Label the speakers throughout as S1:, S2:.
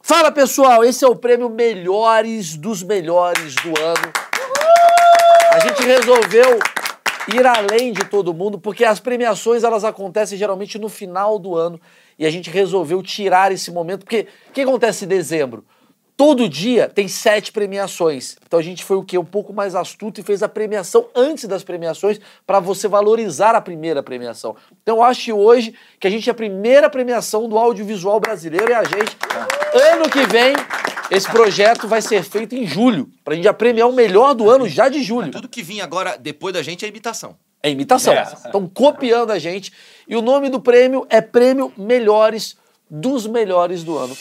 S1: Fala pessoal, esse é o prêmio Melhores dos Melhores do ano. A gente resolveu ir além de todo mundo, porque as premiações elas acontecem geralmente no final do ano e a gente resolveu tirar esse momento, porque o que acontece em dezembro? Todo dia tem sete premiações. Então a gente foi o quê? Um pouco mais astuto e fez a premiação antes das premiações para você valorizar a primeira premiação. Então eu acho que hoje que a gente é a primeira premiação do audiovisual brasileiro e a gente, ano que vem, esse projeto vai ser feito em julho, pra gente já premiar o melhor do ano já de julho.
S2: Tudo que vinha agora depois da gente é imitação.
S1: É imitação.
S3: É.
S1: Estão copiando a gente. E o nome do prêmio é Prêmio Melhores dos Melhores do Ano.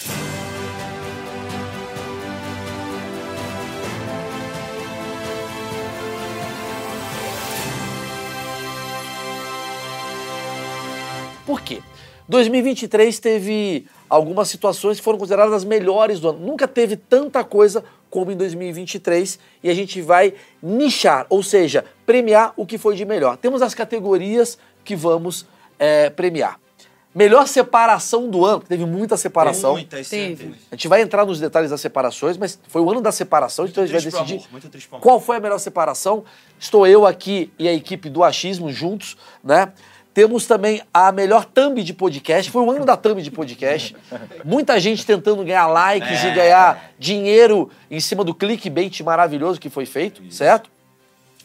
S1: Por quê? 2023 teve algumas situações que foram consideradas as melhores do ano. Nunca teve tanta coisa como em 2023 e a gente vai nichar, ou seja, premiar o que foi de melhor. Temos as categorias que vamos eh, premiar. Melhor separação do ano, que teve muita separação.
S2: Muita, esse
S4: Teve.
S2: ano
S1: A gente vai entrar nos detalhes das separações, mas foi o ano da separação, então a gente vai
S2: Triste pro
S1: decidir
S2: amor, muito triste pro amor.
S1: qual foi a melhor separação. Estou eu aqui e a equipe do Achismo juntos, né? Temos também a melhor thumb de podcast. Foi o ano da thumb de podcast. Muita gente tentando ganhar likes
S2: É.
S1: e ganhar dinheiro em cima do clickbait maravilhoso que foi feito, certo?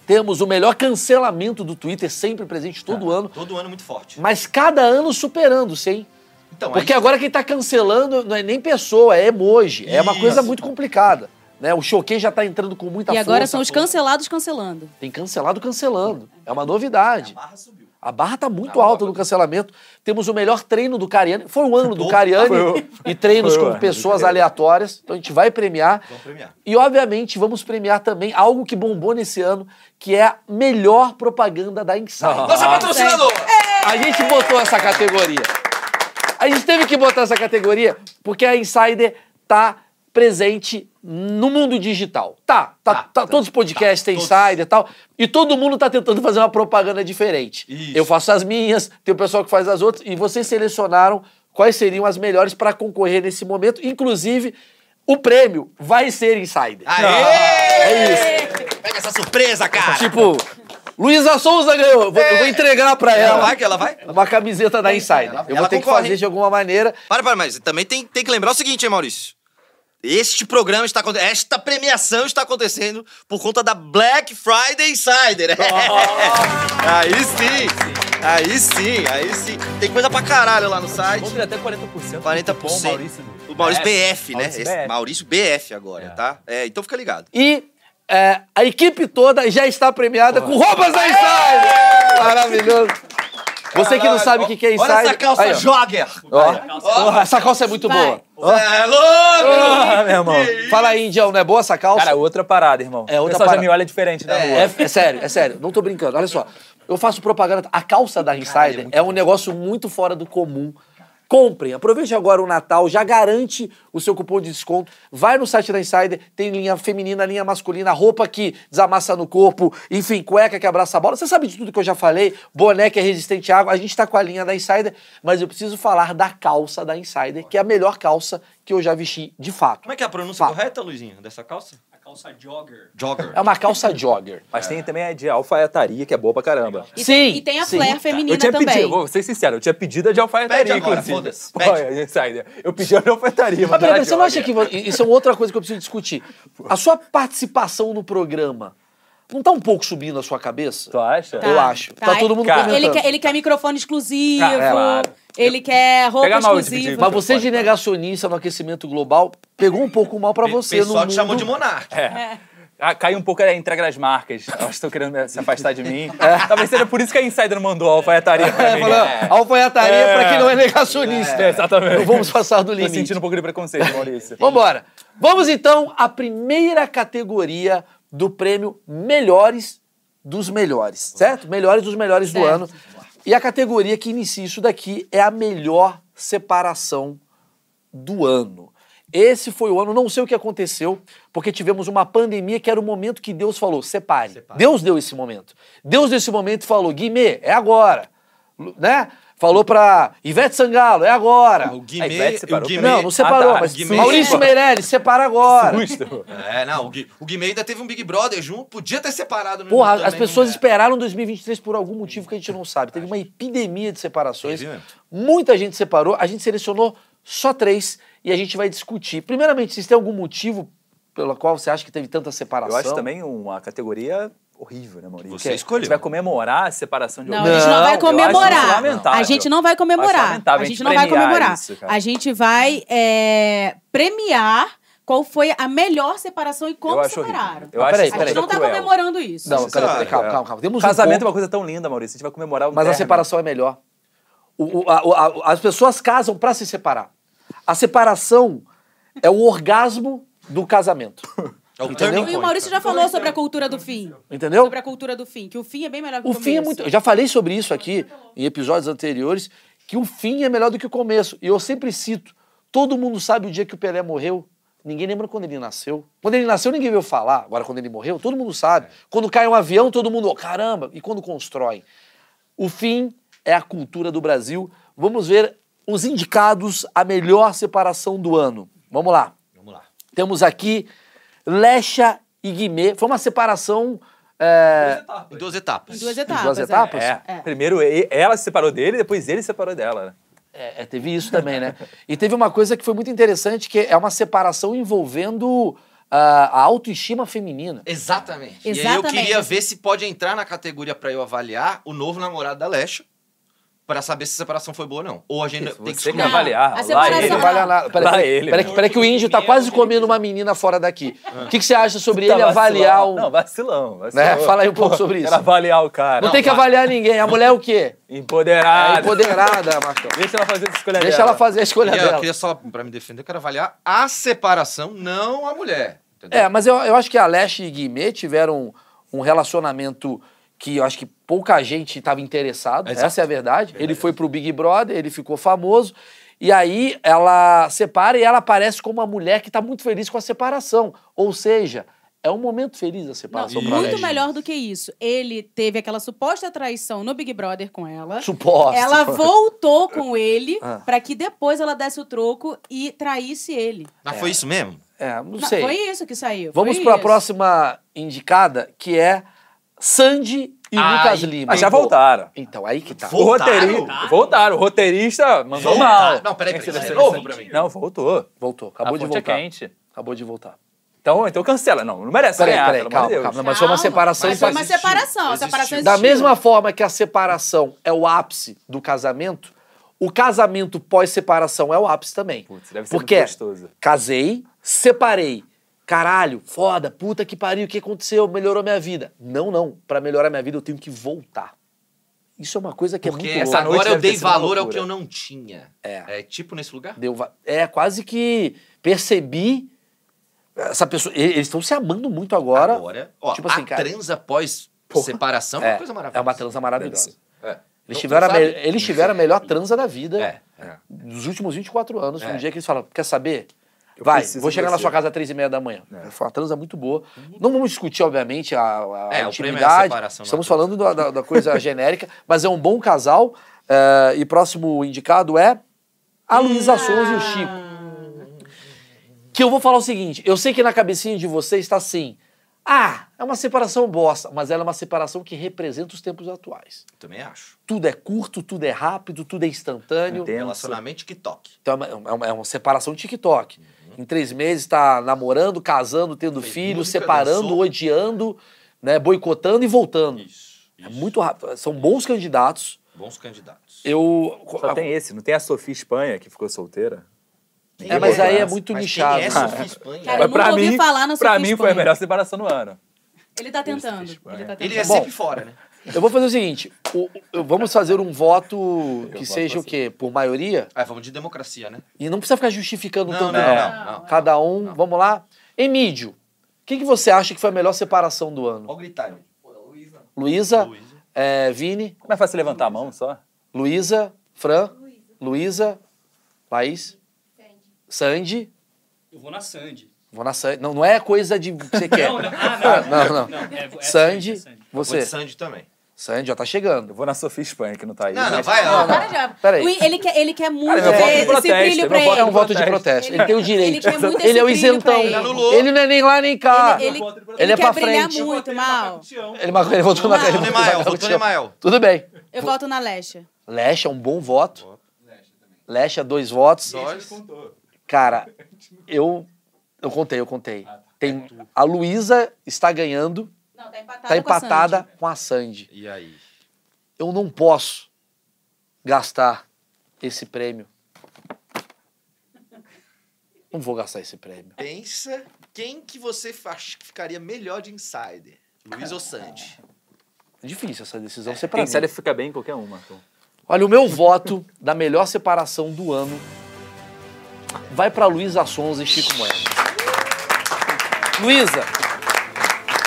S1: Temos o melhor cancelamento do Twitter, sempre presente todo ano.
S2: Todo ano é muito forte.
S1: Mas cada ano superando-se, hein?
S2: Então,
S1: Porque
S2: aí-
S1: agora quem tá cancelando não é nem pessoa, é emoji. É uma coisa
S2: Isso.
S1: muito complicada. Né? O choquei já tá entrando com muita
S4: e
S1: força.
S4: agora são os
S1: força.
S4: cancelados cancelando.
S1: Tem cancelado cancelando. É uma novidade.
S2: A barra subiu.
S1: A barra tá muito alta no cancelamento. Temos o melhor treino do Cariani. Foi o ano do Cariani e treinos
S3: Foi o
S1: com
S3: ano do
S1: pessoas aleatórias. Então a gente vai premiar.
S2: Vamos premiar.
S1: E, obviamente, vamos premiar também algo que bombou nesse ano, que é a melhor propaganda da Insight.
S2: Nossa patrocinador!
S1: A gente botou essa categoria. A gente teve que botar essa categoria porque a Insider tá presente no mundo digital. Tá, tá, tá, todos os podcasts têm
S2: todos.
S1: Insider e tal. E todo mundo tá tentando fazer uma propaganda diferente.
S2: Isso.
S1: Eu faço as minhas, tem o pessoal que faz as outras e vocês selecionaram quais seriam as melhores para concorrer nesse momento, inclusive o prêmio vai ser Insider.
S2: Aê!
S1: É isso.
S2: Pega essa surpresa, cara!
S1: Tipo, Luísa Souza ganhou, vou, eu vou entregar pra
S2: Ela
S1: ela.
S2: É. vai, que ela vai?
S1: Uma camiseta da Insider.
S2: Ela-
S1: Eu vou
S2: ela
S1: ter que
S2: concorre,
S1: fazer
S2: hein?
S1: de alguma maneira.
S2: Para, para, mas também tem, tem que lembrar o seguinte, hein, Maurício? Este programa está acontecendo. Esta premiação está acontecendo por conta da Black Friday Insider. É. aí sim! Aí sim, aí sim. Tem coisa pra caralho lá no site.
S3: Compre até 40%.
S2: 40%.
S3: Cupom Maurício, É,
S2: O Maurício BF, né?
S3: Maurício
S2: Esse
S3: BF.
S2: Maurício BF agora,
S3: É.
S2: tá? É, então fica ligado.
S1: E é, a equipe toda já está premiada com roupas da Insider! Maravilhoso. Você que não sabe o que que é Insider...
S3: Olha essa calça
S1: aí, ó.
S3: jogger.
S1: Ó. Ó, essa calça é muito
S4: Vai.
S1: boa.
S2: É louco!
S3: Ah, meu irmão.
S1: Fala aí, Indião, não é boa essa calça?
S3: Cara, outra parada, irmão.
S1: É, outra
S3: o pessoal
S1: parada.
S3: já me olha diferente na rua.
S1: É, é sério, é sério. Não tô brincando. Olha só. Eu faço propaganda. A calça da Insider é, um negócio muito fora do comum. Comprem, aproveite agora o Natal, já garante o seu cupom de desconto. Vai no site da Insider, tem linha feminina, linha masculina, roupa que desamassa no corpo, enfim, cueca que abraça a bola. Você sabe de tudo que eu já falei, boné que é resistente à água. A gente tá com a linha da Insider, mas eu preciso falar da calça da Insider, que é a melhor calça que eu já vesti de fato.
S2: Como é que é a pronúncia
S1: Fala.
S2: correta, Luizinho, dessa calça?
S5: A calça jogger.
S2: Jogger.
S1: É uma calça jogger.
S3: Mas tem também a de alfaiataria, que é boa pra caramba.
S4: E,
S1: Sim,
S4: E tem a
S1: sim.
S4: flare feminina
S3: eu tinha
S4: também.
S3: pedido, vou ser sincero, eu tinha pedido a de alfaiataria,
S2: Pede agora,
S3: inclusive.
S2: foda-se,
S3: Pô,
S2: pede.
S3: Insider, né? Eu pedi a de alfaiataria,
S1: Mas
S3: mas
S1: peraí,
S3: a
S1: peraí,
S3: de
S1: você não acha
S3: jogger.
S1: que. vo- Isso é uma outra coisa que eu preciso discutir. A sua participação no programa não tá um pouco subindo a sua cabeça?
S3: Tu acha?
S1: Eu acho. Tá todo mundo
S3: Cara.
S4: Ah, Ele
S1: comentando. Tá,
S4: quer, ele quer microfone exclusivo,
S3: Ah, é, claro.
S4: ele quer roupa
S3: Pega mal de pedir
S4: exclusiva.
S1: Mas você
S2: tá.
S1: de negacionista no aquecimento global pegou um pouco mal pra você,
S2: O pessoal
S1: no
S2: te chamou
S1: mundo.
S2: de monarca.
S3: É. Ah, Cai um pouco a entrega das marcas. Elas estão querendo me- se afastar de mim. Talvez seja por isso que a Insider mandou a alfaiataria pra
S1: É,
S2: né?
S3: mim.
S1: falando,
S3: É.
S1: alfaiataria
S3: É.
S1: pra quem não é negacionista.
S3: É, exatamente.
S1: Não vamos passar do
S3: Tô
S1: limite.
S3: sentindo um pouco de preconceito, Maurício.
S1: Vambora. Vamos então à primeira categoria do prêmio Melhores dos Melhores, certo? Melhores dos Melhores do
S4: Certo.
S1: ano. E a categoria que inicia isso daqui é a melhor separação do ano. Esse foi o ano, não sei o que aconteceu, porque tivemos uma pandemia que era o momento que Deus falou: separe. Deus deu esse momento. Deus deu esse momento e falou: Guimê, é agora. Lu- Né? Falou pra Ivete Sangalo, é agora.
S2: O
S3: A Ivete
S2: Guimê.
S3: separou
S2: o Guimê-
S1: Não, não separou,
S3: Ah, tá.
S1: mas
S2: Guimê-
S1: Maurício Meirelles, separa agora.
S3: Justo.
S2: É, não, o, Gui, o Guimê ainda teve um Big Brother junto, podia ter separado. no
S1: Porra,
S2: também,
S1: as pessoas
S2: né?
S1: esperaram 2023 por algum motivo que a gente não sabe. Teve uma epidemia de separações.
S2: Teve mesmo.
S1: Muita gente separou, a gente selecionou só três e a gente vai discutir. Primeiramente, se tem algum motivo pelo qual você acha que teve tanta separação.
S3: Eu acho também uma categoria horrível, né, Maurício?
S2: Você
S1: é-
S3: Que A
S2: escolheu.
S3: gente vai comemorar a separação de
S4: Não,
S3: alguém.
S4: a gente não vai
S1: Não, eu acho
S4: comemorar.
S3: lamentável.
S4: a gente não vai
S3: Acho
S4: comemorar.
S3: lamentável
S4: a
S3: a
S4: gente
S3: gente
S4: não vai
S3: premiar
S4: comemorar.
S3: isso, cara.
S4: a gente vai é, premiar qual foi a melhor separação e como
S3: Eu acho
S4: separaram.
S3: horrível. Eu
S1: Mas
S3: acho
S1: peraí,
S3: isso
S4: a gente
S1: peraí.
S4: não tá
S3: cruel.
S4: comemorando isso.
S1: Não, peraí, peraí,
S2: Cara,
S1: calma, calma, calma. Temos um
S3: Casamento é
S1: ponto,
S3: uma coisa tão linda, Maurício. A gente vai comemorar o
S1: mas a
S3: término.
S1: separação é melhor. O- o- a- o- a- as pessoas casam pra se separar. A separação é o orgasmo do casamento.
S2: É o
S1: Entendeu?
S2: turning
S4: E o
S2: point,
S4: Maurício
S2: cara.
S4: já falou sobre a cultura do fim.
S1: Entendeu?
S4: Sobre a cultura do fim, que o fim é bem melhor que o
S1: O fim é
S4: começo.
S1: muito. Eu já falei sobre isso aqui em episódios anteriores, que o fim é melhor do que o começo. E eu sempre cito: todo mundo sabe o dia que o Pelé morreu. Ninguém lembra quando ele nasceu. Quando ele nasceu, ninguém veio falar. Agora, quando ele morreu, todo mundo sabe. Quando cai um avião, todo mundo, "Oh, caramba! E quando constroem? O fim é a cultura do Brasil. Vamos ver os indicados à melhor separação do ano. Vamos lá.
S2: Vamos lá.
S1: Temos aqui Lecha e Guimê. Foi uma separação. é,
S2: Em duas etapas.
S4: Em duas
S1: duas
S4: etapas. é.
S1: etapas?
S3: É.
S4: É.
S3: Primeiro e- ela se separou dele, depois ele se separou dela. né?
S1: É, é, teve isso também, né? E teve uma coisa que foi muito interessante, que é uma separação envolvendo ah, a autoestima feminina.
S2: Exatamente. E aí eu
S4: Exatamente.
S2: queria ver se pode entrar na categoria pra eu avaliar o novo namorado da Lesha, pra saber se a separação foi boa ou não. Ou a gente
S3: Isso,
S2: tem que
S3: você que
S2: escolher.
S4: Não,
S3: avaliar.
S4: a
S3: lá
S4: separação-
S1: Ele
S3: ele.
S1: não vai lá nada. Peraí,
S3: Lá
S1: peraí,
S3: ele,
S1: peraí,
S3: meu.
S1: peraí que o índio tá quase comendo uma menina fora daqui. O que, que você acha sobre ele
S3: Tá
S1: avaliar um-
S3: vacilão.
S1: o...
S3: Não, vacilão. vacilão.
S1: Né? Fala aí um pouco
S3: Pô,
S1: sobre isso.
S3: Era avaliar o cara.
S1: Não tem que
S2: vai.
S1: avaliar ninguém. A mulher é o quê? É
S3: Empoderado.
S1: empoderada, Marcão.
S3: Deixa ela fazer a escolha
S1: Deixa
S3: dela.
S1: ela fazer a escolha
S2: Eu queria,
S1: dela.
S2: eu queria só, pra me defender, eu quero avaliar a separação, não a mulher. Entendeu?
S1: É, mas eu, eu acho que a Leste e Guimê tiveram um relacionamento que eu acho que pouca gente estava interessado.
S2: Exato.
S1: Essa é a verdade. Ele foi pro Big Brother, ele ficou famoso. E aí ela separa e ela aparece como uma mulher que tá muito feliz com a separação. Ou seja, é um momento feliz a
S4: Não,
S1: separação pra
S4: muito
S1: Leste.
S4: melhor do que isso. Ele teve aquela suposta traição no Big Brother com ela.
S1: Suposta.
S4: Ela voltou com ele
S1: Ah.
S4: pra que depois ela desse o troco e traísse ele.
S2: Mas foi isso mesmo?
S1: É, não
S4: Não,
S1: sei.
S4: Foi isso que saiu.
S1: Vamos
S4: foi
S1: pra
S4: isso.
S1: próxima indicada, que é Sandy e
S2: Ai,
S1: Lucas Lima.
S3: Mas Ah, já voltaram.
S1: Então, aí que tá.
S3: O
S2: Voltaram?
S3: roteirista. Voltaram. O roteirista mandou
S2: Voltaram.
S3: mal.
S2: Não, peraí,
S3: Tem que
S2: peraí,
S3: ser
S2: isso é novo
S3: interessante.
S2: pra mim.
S3: Não, voltou.
S1: Voltou, acabou
S3: a
S1: de
S3: fonte
S1: voltar.
S3: é quente.
S1: Acabou de voltar.
S3: Então, então cancela. Não, não merece
S1: Peraí,
S3: ganhar,
S1: peraí,
S3: pelo
S1: calma,
S3: amor de Deus.
S1: calma. Mas foi uma
S4: Calma,
S1: separação
S4: Mas foi uma
S2: existiu,
S4: separação. A
S2: existiu.
S4: separação
S1: Da
S4: existiu.
S1: mesma forma que a separação é o ápice do casamento, o casamento pós-separação é o ápice também.
S3: Putz, deve ser
S1: Porque
S3: muito gostoso.
S1: casei, separei. Caralho, foda, puta que pariu, o que aconteceu? Melhorou minha vida. Não, não. Pra melhorar minha vida, eu tenho que voltar. Isso é uma coisa que
S2: Porque
S1: é muito
S2: essa
S1: louca.
S3: noite
S2: agora eu
S3: deve ter
S2: dei
S3: sido uma
S2: valor ao
S3: loucura.
S2: que eu não tinha.
S1: É.
S2: É tipo nesse lugar?
S1: Deu va- É, quase que percebi essa pessoa. e- Eles estão se amando muito agora.
S2: Agora, ó,
S1: tipo assim,
S2: a
S1: cara-
S2: transa pós separação é uma coisa maravilhosa.
S1: É uma transa maravilhosa.
S3: Deve
S2: É.
S1: Eles
S2: Não-
S1: tiveram, a
S2: não sabe?
S1: me- eles tiveram a melhor transa da vida
S2: É, é.
S1: dos últimos 24 anos. Um
S2: É.
S1: dia que eles falam, quer saber?
S3: Eu
S1: Vai,
S3: preciso
S1: vou
S3: de
S1: chegar na
S3: você.
S1: sua casa às três e meia da manhã. Foi uma transa é muito boa. Não vamos discutir, obviamente, a, a
S2: É. É, o prêmio é a
S1: intimidade.
S2: separação
S1: Estamos
S2: natural.
S1: falando da, da- da coisa genérica, mas é um bom casal. eh, e próximo indicado é a Luísa Souza e o Chico.
S2: Ah.
S1: Que eu vou falar o seguinte: eu sei que na cabecinha de vocês está assim. Ah, é uma separação bosta, mas ela é uma separação que representa os tempos atuais
S2: Eu também acho.
S1: tudo é curto, tudo é rápido, tudo é instantâneo.
S3: Intenso.
S2: Relacionamento TikTok.
S1: Então é uma, é uma- é uma separação TikTok.
S2: Uhum.
S1: Em três meses tá namorando, casando, tendo
S2: Fez
S1: filho,
S2: música,
S1: separando,
S2: dançou.
S1: odiando, né, boicotando e voltando.
S2: Isso.
S1: É muito rápido. São bons candidatos.
S2: Bons candidatos.
S1: Eu.
S3: Só tem esse, não tem a Sofia Espanha que ficou solteira?
S1: É, mas aí é
S3: Mas
S1: muito
S2: Mas quem
S1: nichado.
S2: é Sofia Espanha?
S4: Cara, eu nunca ouvi falar na
S3: pra
S4: Sofia
S3: mim foi a
S4: Espanha.
S3: melhor separação do ano.
S4: Ele tá tentando.
S3: Isso,
S4: Ele tá tentando.
S2: Ele é
S1: Bom.
S2: sempre fora, né?
S1: Eu vou fazer o seguinte: o- o- vamos fazer um voto que
S3: voto
S1: seja o
S3: assim.
S1: quê? Por maioria?
S2: Ah, vamos de democracia, né?
S1: E não precisa ficar justificando
S2: Não,
S1: tanto,
S2: não,
S1: não.
S2: não, não, não.
S1: é. Cada um. Vamos lá? Emídio, o que, que você acha que foi a melhor separação do ano?
S2: Olha o gritar.
S1: Luísa,
S2: Luísa.
S1: é, Vini,
S3: Como é fácil levantar a mão só?
S1: Luísa, Fran, Luísa, Laís, Sandy.
S5: Eu vou na Sandy.
S1: Vou na Sandy. Não, não é coisa de que você quer.
S5: Não, não, ah, não.
S1: Não, não.
S5: Não, é- é
S1: Sandy,
S5: Sandy, é Sandy.
S1: você.
S2: Você. Sandy também.
S1: Sandy já tá chegando.
S3: Eu vou na Sofia Espanha, que não tá aí.
S2: Não, não,
S3: mas-
S2: vai,
S4: Não,
S2: não.
S4: para já.
S1: Peraí.
S4: O- Ele quer, ele quer muito
S3: meu voto de
S4: ver esse
S3: protesto,
S4: brilho
S3: meu
S4: pra
S3: voto
S1: É um
S4: ele.
S3: de
S1: voto de protesto.
S3: protesto.
S1: Ele, tem o direito.
S4: quer muito esse
S1: Ele é o
S4: brilho pra
S1: isentão.
S4: ele.
S2: Anulou.
S1: Ele não é nem lá nem cá.
S4: Ele, ele,
S1: Ele é
S4: quer
S1: pra
S4: brilhar
S1: frente.
S4: muito, mal.
S1: Ele, marcou- ele votou na
S4: Não.
S1: ele
S4: Votou
S1: votou na-
S2: Nemael, votou Nemael.
S1: Tudo bem.
S4: Eu voto na Lesha.
S1: Lecha é um bom voto. Lecha, dois votos.
S2: Dois.
S1: Cara, eu. Eu contei, eu contei. Tem, a Luísa está ganhando,
S4: Não, tá empatada.
S1: tá empatada com a Sandy.
S2: E aí?
S1: Eu não posso gastar esse prêmio. Não vou gastar esse prêmio.
S2: Pensa quem que você acha que ficaria melhor de insider? Luiz ou Sandy?
S1: É Difícil essa decisão ser pra
S3: Quem
S1: mim.
S3: sabe fica bem em qualquer uma. então.
S1: Olha, o meu voto da melhor separação do ano vai para Luísa Sonza e Chico Moeda. Luísa,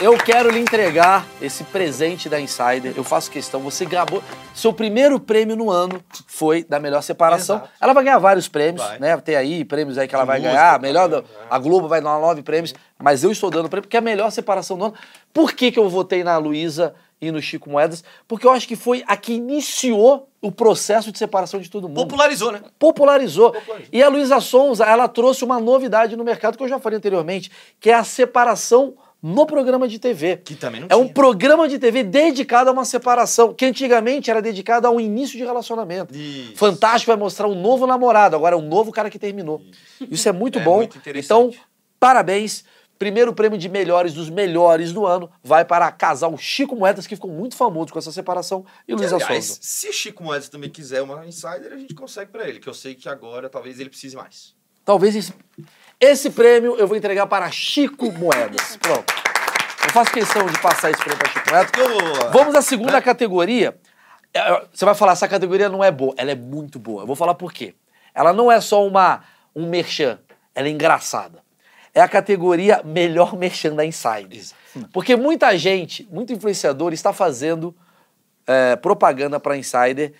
S1: eu quero lhe entregar esse presente da Insider. Eu faço questão, você gabou. Seu primeiro prêmio no ano foi da melhor separação.
S2: Exato.
S1: Ela vai ganhar vários prêmios,
S2: Vai.
S1: né? Tem aí prêmios aí que ela vai
S2: Música,
S1: ganhar. Melhor, da- a Globo vai dar nove prêmios, mas eu estou dando prêmio porque é a melhor separação do ano. Por que, que eu votei na Luísa e no Chico Moedas? Porque eu acho que foi a que iniciou o processo de separação de todo mundo
S2: Popularizou, né?
S1: popularizou. E a Luísa Sonza, ela trouxe uma novidade no mercado que eu já falei anteriormente, que é a separação no programa de TV.
S2: Que também não
S1: É um
S2: tinha.
S1: programa de TV dedicado a uma separação, que antigamente era dedicado ao início de relacionamento.
S2: Isso.
S1: Fantástico vai mostrar um novo namorado, agora é um novo cara que terminou. Isso é muito
S2: É
S1: bom.
S2: muito interessante.
S1: então, parabéns. Primeiro prêmio de melhores dos melhores do ano vai para casal Chico Moedas, que ficou muito famoso com essa separação, e
S2: Que,
S1: Luísa
S2: aliás,
S1: Sonza.
S2: se Chico Moedas também quiser uma insider, a gente consegue pra ele, que eu sei que agora talvez ele precise mais.
S1: Talvez esse, esse prêmio eu vou entregar para Chico Moedas. Pronto. Eu faço questão de passar esse prêmio para Chico Moedas.
S2: Eu-
S1: Vamos à segunda categoria. É, é, Você vai falar, essa categoria não é boa. Ela é muito boa. Eu vou falar por quê. Ela não é só uma, um merchan. Ela é engraçada. É a categoria melhor merchan da Insider. Porque muita gente, muito influenciador, está fazendo é, propaganda para Insider,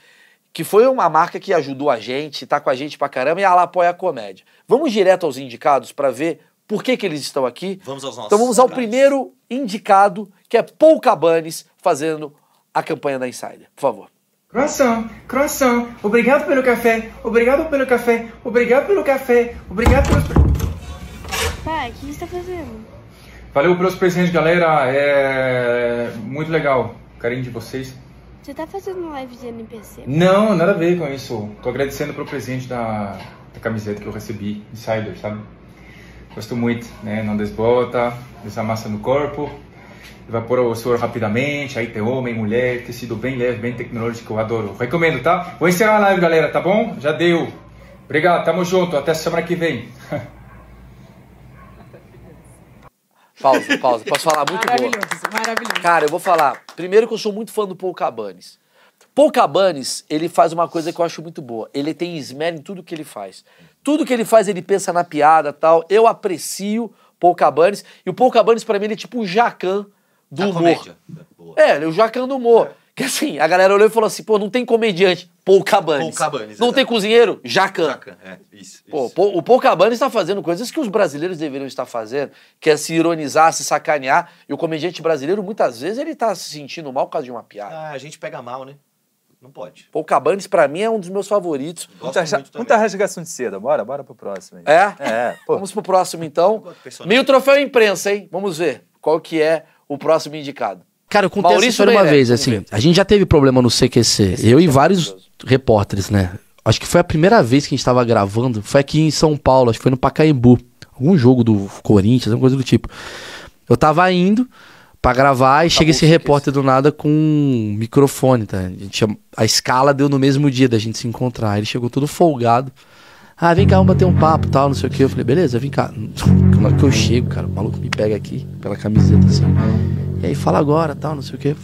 S1: que foi uma marca que ajudou a gente, tá com a gente pra caramba e ela apoia a comédia. Vamos direto aos indicados para ver por que, que eles estão aqui.
S2: Vamos aos nossos
S1: Então vamos ao
S2: indicados.
S1: primeiro indicado, que é Paul Cabanes fazendo a campanha da Insider. Por favor.
S5: Croissant, croissant, obrigado pelo café, obrigado pelo café, obrigado pelo café, obrigado pelos.
S6: Pai, o que você está fazendo?
S7: Valeu pelos presentes, galera. É muito legal. o Carinho de vocês.
S6: Você tá fazendo uma live de NPC?
S7: Não, nada a ver com isso. Tô agradecendo pelo presente da, da camiseta que eu recebi, Insider, sabe? Gosto muito, né? Não desbota, desamassa no corpo, evapora o suor rapidamente. Aí tem homem, mulher, tecido bem leve, bem tecnológico. Eu adoro. Recomendo, tá? Vou encerrar a live, galera, tá bom? Já deu. Obrigado, tamo junto. Até semana que vem.
S1: Pausa, pausa. Posso falar muito boa.
S4: Maravilhoso, maravilhoso.
S1: Cara, eu vou falar. Primeiro que eu sou muito fã do Paul Cabanes. Paul Cabanes, ele faz uma coisa que eu acho muito boa. Ele tem esmero em tudo que ele faz. Tudo que ele faz, ele pensa na piada tal. Eu aprecio Paul Cabanes. E o Paul Cabanes, pra mim, ele é tipo o Jacan do
S2: Da
S1: humor.
S2: É comédia. Boa.
S1: É, ele é o Jacan do humor. Que assim, a galera olhou e falou assim, pô, não tem comediante, Paul Cabanes.
S2: Paul Cabanes,
S1: Não tem
S2: exato.
S1: cozinheiro, Jacan.
S2: Bacana, É, isso.
S1: Pô,
S2: isso.
S1: pô, o Paul Cabana está fazendo coisas que os brasileiros deveriam estar fazendo, que é se ironizar, se sacanear. E o comediante brasileiro, muitas vezes, ele está se sentindo mal por causa de uma piada.
S2: Ah, a gente pega mal, né? Não pode.
S1: Paul Cabanes, pra mim, é um dos meus favoritos.
S2: Gosto
S3: Muita, ra-
S2: muito também.
S3: muita rasgação de seda. Bora, bora pro próximo. aí.
S1: É?
S3: É, pô.
S1: Vamos pro próximo, então.
S2: gosto né? do personagem.
S1: Meio troféu imprensa, hein? Vamos ver qual que é o próximo indicado.
S8: Cara, eu contei
S1: Maurício
S8: essa história uma
S1: Meirelles,
S8: vez, assim, a gente já teve problema no CQC,
S1: é
S8: eu e vários
S1: maravilhoso.
S8: repórteres, né? Acho que foi a primeira vez que a gente tava gravando, foi aqui em São Paulo, acho que foi no Pacaembu, algum jogo do Corinthians, alguma coisa do tipo. Eu tava indo pra gravar
S1: Tá
S8: e chega esse repórter do nada com um microfone, tá? A, gente chama- a escala deu no mesmo dia da gente se encontrar, ele chegou todo folgado. Ah, vem cá, vamos bater um papo tal, não sei o que. Eu falei, beleza, vem cá. Na hora que eu chego, cara, o maluco me pega aqui pela camiseta assim. E aí fala agora, tal, não sei o quê.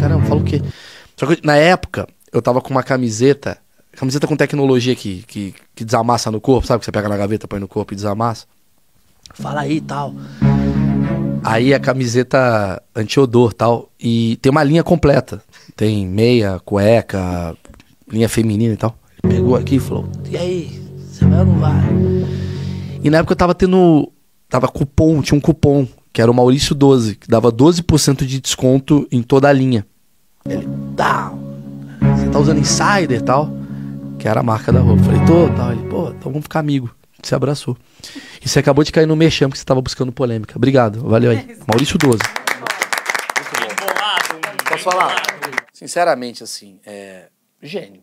S8: Caramba, fala o quê? Só que eu- na época, eu tava com uma camiseta, camiseta com tecnologia que, que, que desamassa no corpo, sabe? Que você pega na gaveta, põe no corpo e desamassa. Fala aí, tal. Aí a camiseta antiodor, tal. E tem uma linha completa. Tem meia, cueca, linha feminina e tal. Ele pegou aqui e falou, e aí, você vai ou não vai? E na época eu tava tendo. Tava cupom, tinha um cupom, que era o Maurício 12, que dava 12% de desconto em toda a linha. Ele, tá, você tá usando Insider e tal, que era a marca da roupa. Eu falei, tô, tal. Ele, pô, então vamos ficar amigo. Se abraçou. E você acabou de cair no merchan porque você tava buscando polêmica. Obrigado, valeu aí. Maurício 12.
S1: Posso falar? Sinceramente, assim, é. Gênio.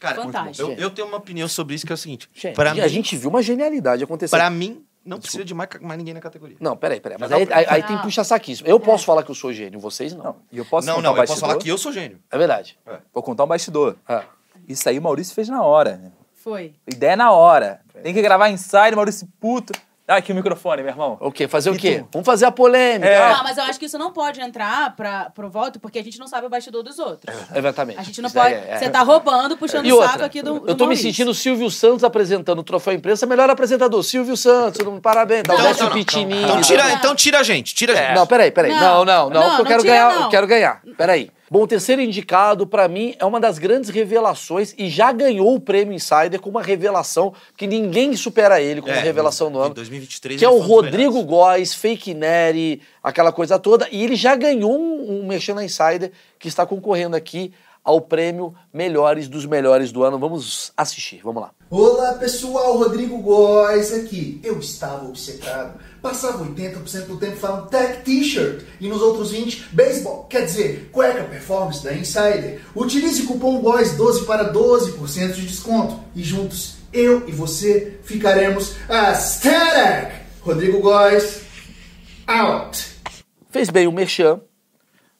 S2: Cara,
S4: Fantástico.
S2: eu, eu tenho uma opinião sobre isso que é o seguinte.
S1: Gênio.
S2: Pra
S1: E
S2: mim,
S1: a gente viu uma genialidade acontecer.
S2: pra mim, não precisa de mais, mais ninguém na categoria.
S1: Não, peraí, peraí. Mas
S2: Não,
S1: aí,
S2: não.
S1: aí- aí tem puxa-saquismo. Eu posso falar que eu sou gênio, vocês não.
S3: E eu posso
S2: não,
S3: contar
S2: não,
S3: um
S2: eu posso
S3: bastidor?
S2: falar que eu sou gênio.
S1: É verdade.
S3: Vou contar um bastidor.
S1: Ah.
S3: Isso aí o Maurício fez na hora. né?
S4: Foi.
S3: Ideia na hora. Tem que gravar inside, Maurício puto. Ah, aqui o microfone, meu irmão.
S1: O quê? Fazer o
S3: E
S1: quê?
S3: tu?
S1: Vamos fazer a polêmica.
S3: É.
S1: Ah,
S4: Ah, mas eu acho que isso não pode entrar pra, pro voto, porque a gente não sabe o bastidor dos outros.
S2: É.
S1: Exatamente.
S4: A gente não
S1: Isso aí
S4: pode.
S1: é- é.
S4: Você tá roubando, puxando
S1: E
S4: o saco
S1: outra,
S4: aqui do. do
S1: eu tô me
S4: Maurício.
S1: sentindo o Silvio Santos apresentando o Troféu Imprensa, melhor apresentador, Silvio Santos, não- parabéns, um
S2: Não,
S1: Dalberto
S2: não, não.
S1: Pitininho.
S2: Então tira, então tira a gente, tira a gente.
S1: É. Não, peraí, peraí. Não, não, não,
S4: Não, não,
S1: porque eu
S4: não
S1: quero
S4: tira,
S1: ganhar,
S4: não.
S1: eu quero ganhar. Peraí. Bom, o terceiro indicado, pra mim, é uma das grandes revelações e já ganhou o prêmio Insider com uma revelação que ninguém supera ele como
S2: É,
S1: revelação do
S2: em
S1: ano.
S2: 2023
S1: que é
S2: ele
S1: o
S2: foi um dos melhores.
S1: Rodrigo Góes, Fake Neri, aquela coisa toda. E ele já ganhou um, um Mexendo na Insider que está concorrendo aqui ao prêmio Melhores dos Melhores do Ano. Vamos assistir, vamos lá.
S9: Olá pessoal, Rodrigo Góes aqui. Eu estava obcecado. Passava 80% do tempo falando tech t-shirt e nos outros 20, beisebol, quer dizer, cueca performance da Insider. Utilize o cupom GOES12 para 12% de desconto e juntos eu e você ficaremos aesthetic. Rodrigo Góes, out.
S1: Fez bem o Merchan.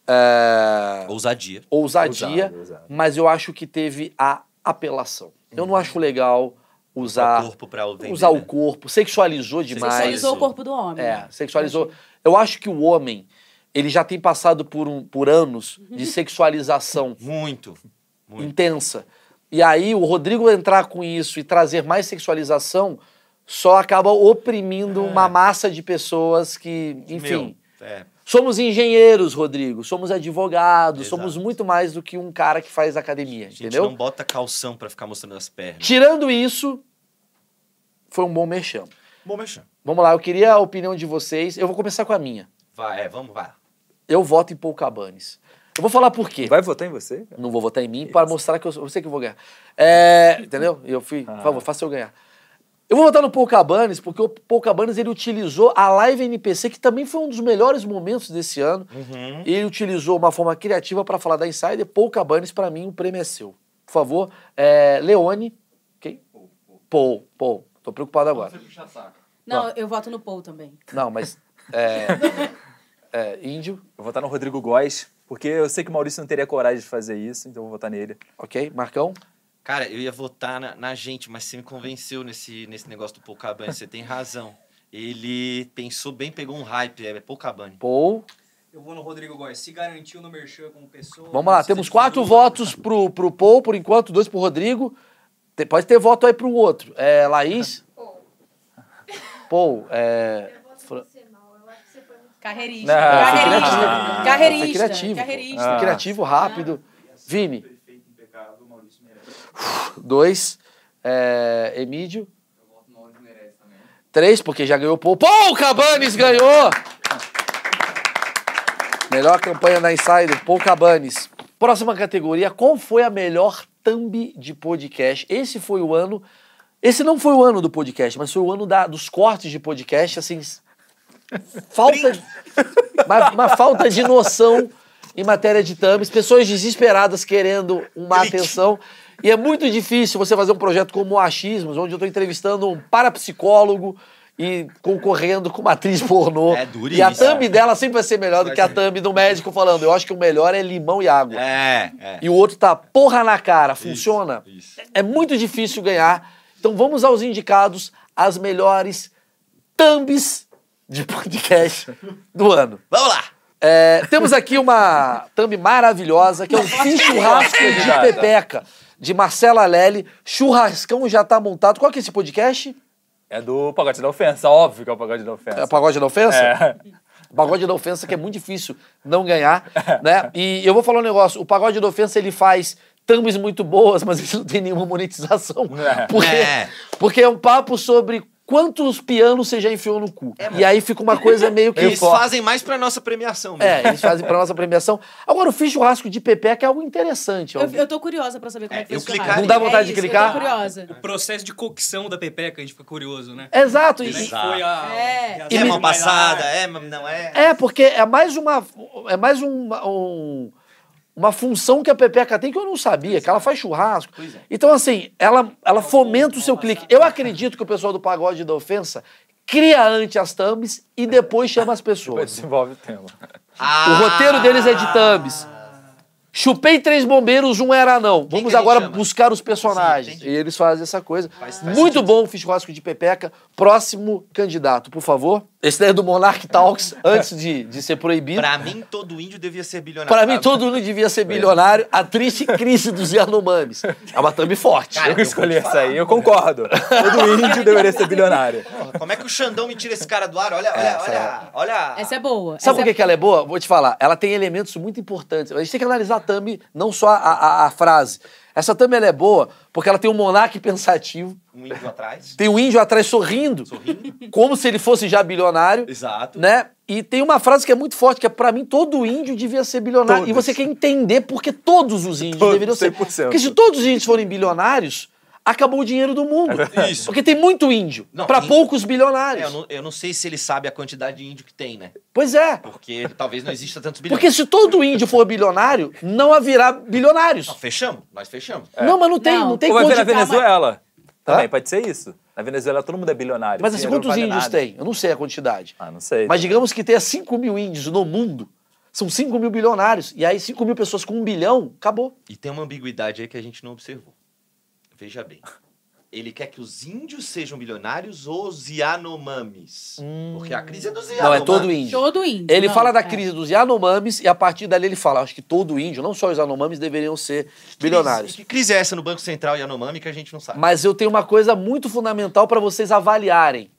S1: é,
S2: Ousadia.
S1: ousadia,
S3: Ousado, ousado.
S1: mas eu acho que teve a apelação. Eu não acho legal usar
S2: Uhum. Usar o corpo pra vender,
S1: usar
S2: né?
S1: o corpo, sexualizou demais.
S4: Sexualizou o corpo do homem.
S1: É, sexualizou. Eu acho que o homem ele já tem passado por um por anos de sexualização
S2: Muito. Uhum. Muito.
S1: intensa. E aí o Rodrigo entrar com isso e trazer mais sexualização só acaba oprimindo uma massa de pessoas que, enfim,
S2: É. Meu, é.
S1: Somos engenheiros, Rodrigo. Somos advogados.
S2: Exato.
S1: Somos muito mais do que um cara que faz academia,
S2: A gente
S1: entendeu?
S2: não bota calção pra ficar mostrando as pernas.
S1: Tirando isso, foi um bom merchan.
S2: Bom, mexer.
S1: Vamos lá, eu queria a opinião de vocês. Eu vou começar com a minha.
S2: Vai, é, vamos, vai.
S1: Eu voto em Paul Cabanes. Eu vou falar por quê.
S3: Vai votar em você?
S1: Não vou votar em mim para mostrar que eu, sou- eu sei que eu vou ganhar. É, entendeu? Eu fui, por favor, faça eu ganhar. Eu vou votar no Paul Cabanes, porque o Paul Cabanes ele utilizou a live NPC, que também foi um dos melhores momentos desse ano.
S2: Hum.
S1: Ele utilizou uma forma criativa para falar da Insider. Paul Cabanes, para mim, o prêmio é seu. Por favor, é, Leone. Quem? Paul. Paul. Tô preocupado agora.
S4: Não, eu voto no Paul também.
S1: Não, mas. É, é, índio,
S3: Eu vou votar no Rodrigo Góes, porque eu sei que o Maurício não teria coragem de fazer isso, então eu vou votar nele.
S1: ok? Marcão?
S2: Cara, eu ia votar na, na gente, mas você me convenceu nesse, nesse negócio do Pocabane. Você tem razão. Ele pensou bem, pegou um hype. É Pocabane.
S1: Paul.
S10: Eu vou no Rodrigo Góes. Se garantiu no Merchan como pessoa.
S1: Vamos lá,
S10: não precisa
S1: temos
S10: de
S1: quatro
S10: figura.
S1: votos pro, pro Paul, por enquanto, dois pro Rodrigo. Te- pode ter voto aí pro outro. É, Laís? Paul, é. Fra-
S4: Carreirista.
S3: Não.
S4: Carreirista.
S1: Ah,
S4: Carreirista.
S1: Foi criativo. pô.
S4: Carreirista.
S1: Foi criativo, rápido. Vini. Dois. É, Emílio. Três, porque já ganhou o Paul. Paul Cabanes ganhou! Melhor campanha da Insider, Paul Cabanes. Próxima categoria, qual foi a melhor thumb de podcast? Esse foi o ano... Esse não foi o ano do podcast, mas foi o ano da- dos cortes de podcast, assim... Falta... de- uma, uma falta de noção em matéria de thumbs. Pessoas desesperadas querendo uma atenção. E é muito difícil você fazer um projeto como o Achismos, onde eu estou entrevistando um parapsicólogo e concorrendo com uma atriz pornô.
S2: É
S1: e
S2: duríssimo.
S1: a thumb dela sempre vai ser melhor do que a thumb do médico falando, eu acho que o melhor é limão e água.
S2: É, é.
S1: E o outro tá porra na cara. Funciona? É muito difícil ganhar. Então vamos aos indicados, as melhores thumbs de podcast do ano.
S2: Vamos lá!
S1: É, temos aqui uma thumb maravilhosa, que é um fim churrasco de pepeca, de Marcela Lely. Churrascão já tá montado. Qual que é esse podcast?
S3: É do Pagode da Ofensa, óbvio que é o Pagode da
S1: É
S3: Ofensa.
S1: Pagode da Ofensa?
S3: É.
S1: Pagode da Ofensa, que é muito difícil não ganhar, né? E eu vou falar um negócio, o Pagode da Ofensa, ele faz thumbs muito boas, mas ele não tem nenhuma monetização.
S3: É.
S1: Porque,
S2: É.
S1: porque é um papo sobre quantos pianos você já enfiou no cu. e aí fica uma coisa meio que.
S2: Eles fazem mais pra nossa premiação. mesmo.
S1: É, eles fazem pra nossa premiação. Agora, o Fiz Churrasco de Pepeca é algo interessante.
S4: Eu, eu tô curiosa pra saber como é, que foi
S2: eu
S4: esse
S2: clicaria.
S4: churrasco.
S2: Não dá
S1: vontade de
S4: É isso,
S1: clicar?
S4: Eu tô curiosa.
S10: O processo de cocção da Pepeca, a gente fica curioso, né?
S1: Exato.
S10: Como é que
S1: E,
S10: foi a.
S4: É.
S10: a
S2: É
S10: reação
S2: mão
S10: do Maynard?
S2: passada, é, mas não é.
S1: é, porque é mais uma. É mais uma, um- uma função que a Pepeca tem que eu não sabia, que ela faz churrasco. Então, assim, ela, ela fomenta o seu clique. Eu acredito que o pessoal do Pagode da Ofensa cria antes as thumbs e depois chama as pessoas.
S3: Desenvolve o tema.
S1: O
S2: Ah.
S1: roteiro deles é de thumbs. Chupei três bombeiros, um era não. Vamos
S2: que a gente
S1: agora
S2: chama?
S1: buscar os personagens. e eles fazem essa coisa. Muito bom o Fiscosco de Pepeca. Próximo candidato, por favor. Esse daí é do Monarch Talks, antes de, de ser proibido. Pra,
S2: Pra É. mim, todo índio devia ser bilionário.
S1: mim,
S2: sabe?
S1: todo mundo devia ser bilionário. A triste crise dos Yanomamis. É uma thumb forte.
S3: Eu que escolhi essa aí, eu concordo. Todo índio deveria ser bilionário.
S2: Como é que o Xandão me tira esse cara do ar? Olha, olha, olha, olha.
S4: Essa é boa.
S1: Sabe por
S4: Essa
S1: que, que ela é boa? Vou te falar. Ela tem elementos muito importantes. A gente tem que analisar a thumb, não só a, a- a frase. Essa thumb ela é boa porque ela tem um monarca pensativo,
S2: Um índio atrás.
S1: tem um índio atrás sorrindo, como se ele fosse já bilionário,
S2: Exato.
S1: né? E tem uma frase que é muito forte, que é pra mim todo índio devia ser bilionário. E
S3: Todos.
S1: você quer entender porque todos os índios
S3: Todos,
S1: deveriam ser.
S3: 100%.
S1: Porque se todos os índios forem bilionários, acabou o dinheiro do mundo.
S2: Isso.
S1: Porque tem muito índio,
S2: Não,
S1: pra
S2: índio-
S1: poucos
S2: É,
S1: bilionários.
S2: eu, não, eu não sei se ele sabe a quantidade de índio que tem, né?
S1: Pois é.
S2: Porque talvez não exista tantos bilhões.
S1: Porque se todo índio for bilionário, não haverá bilionários.
S2: Não, fechamos, nós fechamos.
S1: Não, mas não tem, não,
S4: Não.
S1: tem
S3: Ou é vai ver na
S1: quantificar, mas-
S3: Venezuela. Também,
S1: Hã?
S3: pode ser isso. Na Venezuela todo mundo é bilionário.
S1: Mas assim,
S3: Dinheiro não
S1: quantos
S3: vale
S1: índios
S3: nada.
S1: tem? Eu não sei a quantidade.
S3: Ah, não sei.
S1: Mas digamos que tenha 5 mil índios no mundo, são 5 mil bilionários. E aí 5 mil pessoas com um bilhão, acabou.
S2: E tem uma ambiguidade aí que a gente não observou. Veja bem. Ele quer que os índios sejam bilionários ou os Yanomamis? Porque a crise é dos Yanomamis.
S1: Hum. Não, é todo índio.
S4: Todo índio.
S1: Ele
S4: não,
S1: fala da
S4: é.
S1: crise dos Yanomamis e a partir dali ele fala, acho que todo índio, não só os Yanomamis, deveriam ser bilionários.
S2: Que crise é essa no Banco Central Yanomami que a gente não sabe?
S1: Mas eu tenho uma coisa muito fundamental para vocês avaliarem.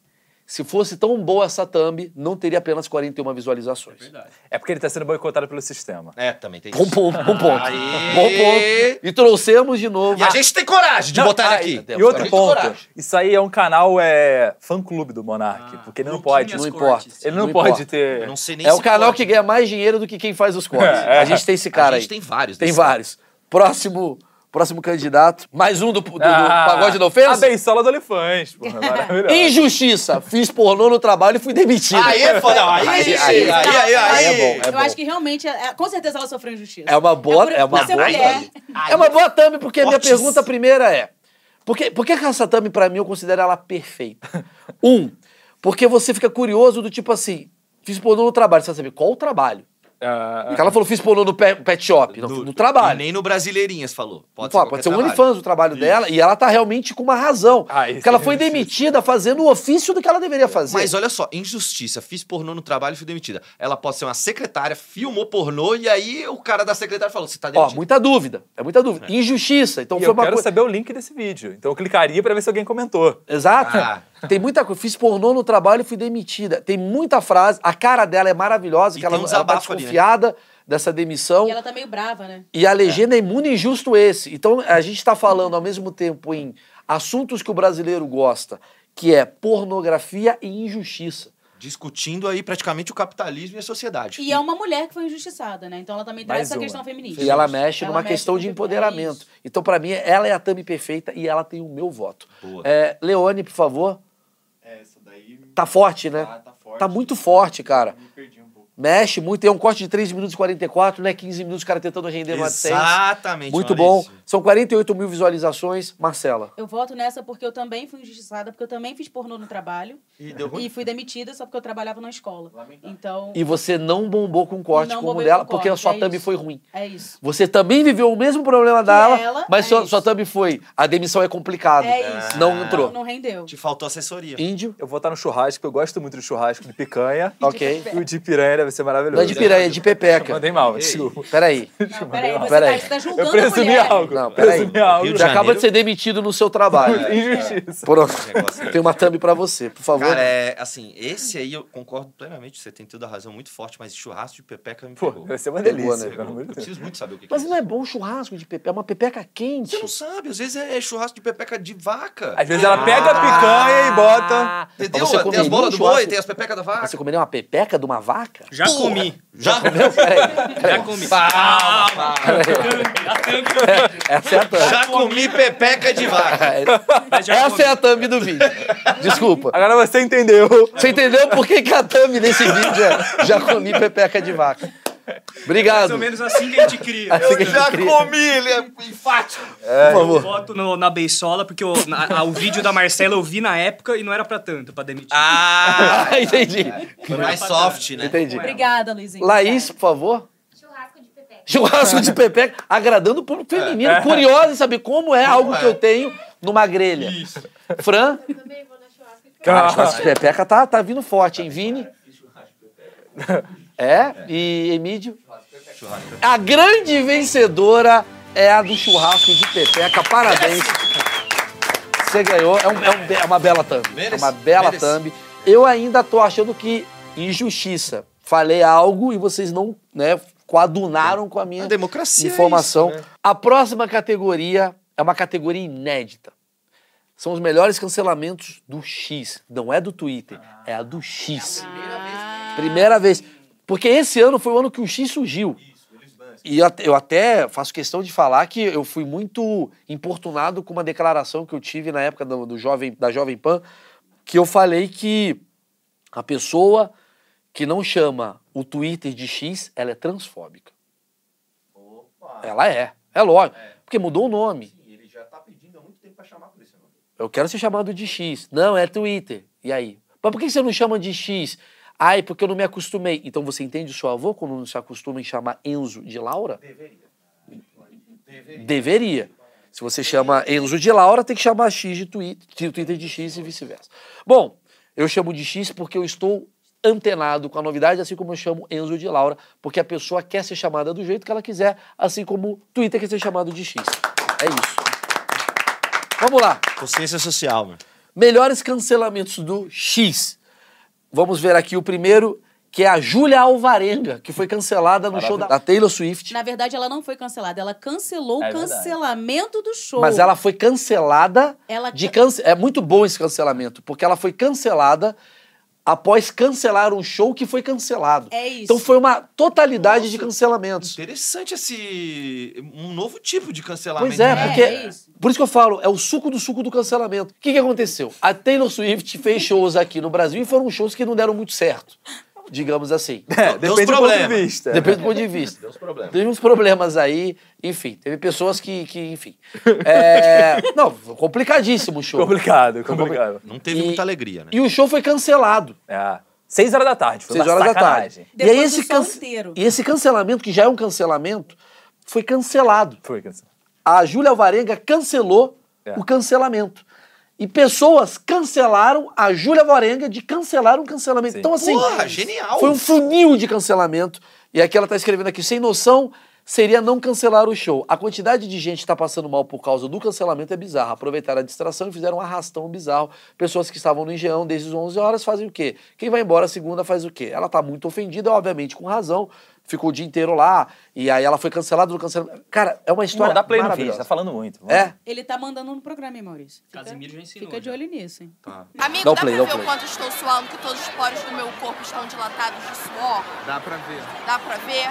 S1: Se fosse tão boa essa thumb, não teria apenas 41 visualizações.
S3: É porque ele tá sendo boicotado pelo sistema.
S2: É, também tem
S1: Bom
S2: isso.
S1: ponto, bom ponto.
S2: Aê!
S1: Bom ponto. E trouxemos de novo.
S2: E a gente tem coragem de
S3: Não,
S2: botar
S3: ah,
S2: ele aqui.
S3: E outro
S2: Tem
S3: ponto,
S2: coragem. Ah,
S3: isso aí é um canal é, fã-clube do Monark, porque ele não pode.
S10: Luquinhas
S1: não
S10: cortes.
S1: importa.
S3: Ele não, pode
S1: importa.
S3: ter...
S2: Eu não sei nem
S1: É
S2: se
S1: o canal
S2: pode.
S1: que ganha mais dinheiro do que quem faz os cortes.
S3: É.
S1: A gente tem esse cara
S2: A gente
S1: aí.
S2: tem vários.
S1: Tem
S2: desse
S1: vários. Próximo, próximo candidato. Mais um do, do, do
S3: Ah,
S1: pagode da ofensa.
S3: A bençola do Olifantes, pô. é Maravilhoso.
S1: Injustiça. Fiz pornô no trabalho e fui demitido.
S2: Aí é foda. Aí, aí,
S1: Aí-
S2: aí, aí, aí,
S1: aí é bom.
S4: eu acho que realmente, é- é- com certeza ela sofreu injustiça.
S1: É uma boa,
S4: por-
S1: é uma
S4: por ser
S1: boa.
S4: mulher.
S1: thumb.
S2: Ah,
S1: É uma boa thumb porque a minha
S2: Fortes.
S1: pergunta primeira é: por que, por que que essa thumb pra mim eu considero ela perfeita? Um, porque você fica curioso do tipo assim, fiz pornô no trabalho, você vai saber qual o trabalho?
S3: Ah,
S1: Porque ela falou fiz pornô no pe- pet shop, não, no trabalho.
S2: E nem no Brasileirinhas falou. Pode
S1: Pô, pode
S2: ser, qualquer
S1: ser um
S2: trabalho.
S1: OnlyFans o trabalho dela, e ela tá realmente com uma razão.
S3: Ah, isso
S1: porque ela
S3: é
S1: foi
S3: injustiça.
S1: demitida fazendo o ofício do que ela deveria fazer.
S2: Mas olha só, injustiça. Fiz pornô no trabalho e fui demitida. Ela pode ser uma secretária, filmou pornô e aí o cara da secretária falou: você tá
S1: Ó,
S2: demitido.
S1: muita dúvida. É muita dúvida. Injustiça. Então
S3: e
S1: foi
S3: eu
S1: uma
S3: quero
S1: coisa.
S3: saber o link desse vídeo. Então eu clicaria pra ver se alguém comentou.
S1: Exato.
S2: Ah.
S1: Tem muita coisa. Fiz pornô no trabalho e fui demitida. Tem muita frase. A cara dela é maravilhosa,
S2: E
S1: que ela,
S2: tem um
S1: ela tá
S2: desabafo ali, né?
S1: desconfiada dessa demissão.
S4: E ela tá meio brava, né?
S1: E a legenda é, muito injusto esse. Então a gente está falando ao mesmo tempo em assuntos que o brasileiro gosta, que é pornografia e injustiça.
S2: Discutindo aí praticamente o capitalismo e a sociedade.
S4: E é uma mulher que foi injustiçada, né? Então ela também traz
S3: Mais
S4: essa
S3: uma.
S4: questão feminista.
S1: E ela mexe numa
S4: mexe
S1: questão
S4: com
S1: de
S4: o- É
S1: empoderamento.
S4: isso.
S1: Então, pra mim, ela é a Tami perfeita e ela tem o meu voto.
S2: Boa.
S1: É, Leone, por favor.
S11: É, Essa daí
S1: Tá forte, né?
S11: tá, tá forte.
S1: Tá muito forte, cara.
S11: Me perdi um pouco.
S1: Mexe muito. É um corte de 3 minutos e 44, né? 15 minutos, o cara tentando render uma AdSense.
S2: Exatamente.
S1: Muito bom.
S2: Maurício.
S1: São 48 mil visualizações. Marcela.
S4: Eu voto nessa porque eu também fui injustiçada, porque eu também fiz pornô no trabalho.
S2: E deu ruim?
S4: E fui demitida só porque eu trabalhava na escola. Então,
S1: E você não bombou com o corte
S4: Não
S1: como o
S4: bombei
S1: dela,
S4: com o
S1: porque a
S4: corte,
S1: sua
S4: é
S1: thumb
S4: isso.
S1: foi ruim.
S4: é isso.
S1: Você também viveu o mesmo problema dela,
S4: ela,
S1: mas
S4: é
S1: sua,
S4: isso.
S1: sua thumb foi. A demissão é complicado.
S4: É isso.
S1: Não entrou.
S4: Não, não rendeu.
S2: Te faltou assessoria.
S1: Índio,
S3: Eu vou estar no churrasco, eu gosto muito do churrasco de picanha.
S1: ok.
S3: E o de piranha é deve ser maravilhoso.
S1: Não é de piranha, é de pepeca.
S3: Mandei mal, desculpa.
S1: Peraí.
S4: peraí, você
S1: Peraí.
S4: tá- tá julgando
S3: Eu presumi
S4: a mulher.
S3: algo.
S1: Não, peraí.
S3: Presumi algo.
S1: Você acaba de ser demitido no seu trabalho.
S3: É, Injustiça.
S1: Pronto. Tem uma thumb pra você, por favor.
S2: Cara, é, assim, esse aí eu concordo plenamente, você tem toda a razão, muito forte, mas churrasco de pepeca me pegou.
S3: vai é. ser uma
S2: Pegou,
S3: delícia,
S2: né?
S3: pelo amor de
S2: Eu
S3: Deus.
S2: preciso muito saber o que, que é
S1: Mas não é bom churrasco de pepeca, é uma pepeca quente.
S2: Você não sabe, às vezes é churrasco de pepeca de vaca.
S3: Às vezes ela pega a picanha e bota.
S2: Entendeu?
S1: Mas você
S2: Tem as
S1: comeria um
S2: bolas do
S1: churrasco?
S2: boi, tem as pepecas da vaca.
S1: Mas Você comeria uma pepeca de uma vaca?
S10: Já comi.
S2: Já
S1: comeu? Peraí.
S10: Já comi.
S2: Calma.
S1: Essa é a thumb.
S2: Já comi pepeca de vaca.
S1: Essa é a thumb do vídeo. Desculpa.
S3: Agora você entendeu.
S1: Você entendeu por que, que a thumb nesse vídeo é já comi pepeca de vaca?
S10: Mais
S1: Obrigado.
S10: ou menos assim que a gente cria.
S1: Assim que a
S2: Eu
S1: gente
S2: já
S1: cria.
S2: comi, ele é enfático.
S1: Por
S10: Eu
S1: favor.
S10: boto no- na beisola, porque eu- na- a- o vídeo da Marcela eu vi na época e não era pra tanto, pra demitir.
S2: Ah,
S1: Ah, entendi.
S2: foi mais soft, né?
S1: Entendi.
S4: Obrigada, Luizinho.
S1: Laís, por favor.
S6: Churrasco de pepeca.
S1: Churrasco de pepeca, agradando o público feminino. Curiosa em saber É. como é algo que eu tenho numa grelha. Fran?
S6: Eu também vou na churrasco de
S1: Cara, churrasco de pepeca tá, tá vindo forte, hein, Vini? É? E Emílio? A grande vencedora é a do churrasco de pepeca. Parabéns. Você ganhou. É, um- é um be- é uma bela thumb. É uma
S2: Merece,
S1: bela
S2: merece.
S1: thumb. Eu ainda tô achando que injustiça. Falei algo e vocês não né, coadunaram com a minha
S2: A democracia é
S1: informação.
S2: isso, né?
S1: A próxima categoria é uma categoria inédita. São os melhores cancelamentos do X. Não é do Twitter, é a do X. Primeira vez. Porque esse ano foi o ano que o X surgiu. E eu até- eu até faço questão de falar que eu fui muito importunado com uma declaração que eu tive na época do, do jovem, da Jovem Pan, que eu falei que a pessoa que não chama o Twitter de X, ela é transfóbica. Ela é, é lógico. Porque mudou o nome.
S11: Ele já tá pedindo há muito tempo pra chamar por esse nome.
S1: Eu quero ser chamado de X. Não, é Twitter. E aí? Mas por que você não chama de X? Ai, porque eu não me acostumei. Então você entende o seu avô quando não se acostuma em chamar Enzo de Laura? Deveria. Deveria. Se você chama Enzo de Laura, tem que chamar X de Twitter, de Twitter de X e vice-versa. Bom, eu chamo de X porque eu estou antenado com a novidade, assim como eu chamo Enzo de Laura, porque a pessoa quer ser chamada do jeito que ela quiser, assim como o Twitter quer ser chamado de X. É isso. Vamos lá.
S2: Consciência social, mano.
S1: Melhores cancelamentos do X. Vamos ver aqui o primeiro, que é a Júlia Alvarenga, que foi cancelada no show da, da Taylor Swift.
S4: Na verdade, ela não foi cancelada. Ela cancelou
S3: É
S4: o
S3: verdade.
S4: cancelamento do show.
S1: Mas ela foi cancelada.
S4: Ela
S1: de
S4: can-
S1: cance- É muito bom esse cancelamento, porque ela foi cancelada após cancelar um show que foi cancelado.
S4: É isso.
S1: Então foi uma totalidade de cancelamentos.
S2: Interessante esse. Um novo tipo de cancelamento.
S1: Pois é,
S4: É,
S1: porque.
S4: é isso.
S1: Por isso que eu falo, é o suco do suco do cancelamento. O que, que aconteceu? A Taylor Swift fez shows aqui no Brasil e foram shows que não deram muito certo. Digamos assim.
S3: É,
S2: Deu os
S3: depende do ponto de
S2: problemas.
S3: vista.
S4: É.
S1: Depende do ponto de vista.
S2: Os problemas.
S1: Teve uns problemas aí, enfim. Teve pessoas que, que enfim. É, não, complicadíssimo o show.
S3: Complicado, complicado.
S2: Não teve
S1: E-
S2: muita alegria, né?
S1: E o show foi cancelado.
S3: É. Seis horas da tarde, foi
S1: Seis
S3: uma
S1: horas da
S3: sacanagem.
S1: tarde. E
S4: Depois
S1: aí
S4: do
S1: esse
S4: show
S1: cance-
S4: inteiro.
S1: E esse cancelamento, que já é um cancelamento, foi cancelado.
S3: Foi cancelado.
S1: A Júlia Alvarenga cancelou
S3: É.
S1: o cancelamento. E pessoas cancelaram a Júlia Alvarenga de cancelar um cancelamento.
S3: Sim.
S1: Então, assim.
S2: Porra, genial!
S1: Foi um funil de cancelamento. E aqui ela tá escrevendo aqui, sem noção, seria não cancelar o show. A quantidade de gente que tá passando mal por causa do cancelamento é bizarra. Aproveitaram a distração e fizeram um arrastão bizarro. Pessoas que estavam no engenhão desde as 11 horas fazem o quê? Quem vai embora segunda faz o quê? Ela tá muito ofendida, obviamente com razão. Ficou o dia inteiro lá. E aí ela foi cancelada do cancelamento. Cara, é uma história
S3: Não, dá play no vídeo, tá
S1: maravilhosa.
S3: falando muito. Vamos
S1: É?
S4: Ele tá mandando no programa, hein, Maurício? Fica,
S10: Casimiro já ensinou,
S4: Fica de
S10: já.
S4: olho nisso, hein?
S12: Amigo,
S1: Dá
S12: dá pra
S1: o play, dá
S12: ver
S1: o
S12: o
S1: play.
S12: quanto estou suando, que todos os poros do meu corpo estão dilatados de suor?
S10: Dá pra ver.
S12: Dá pra ver?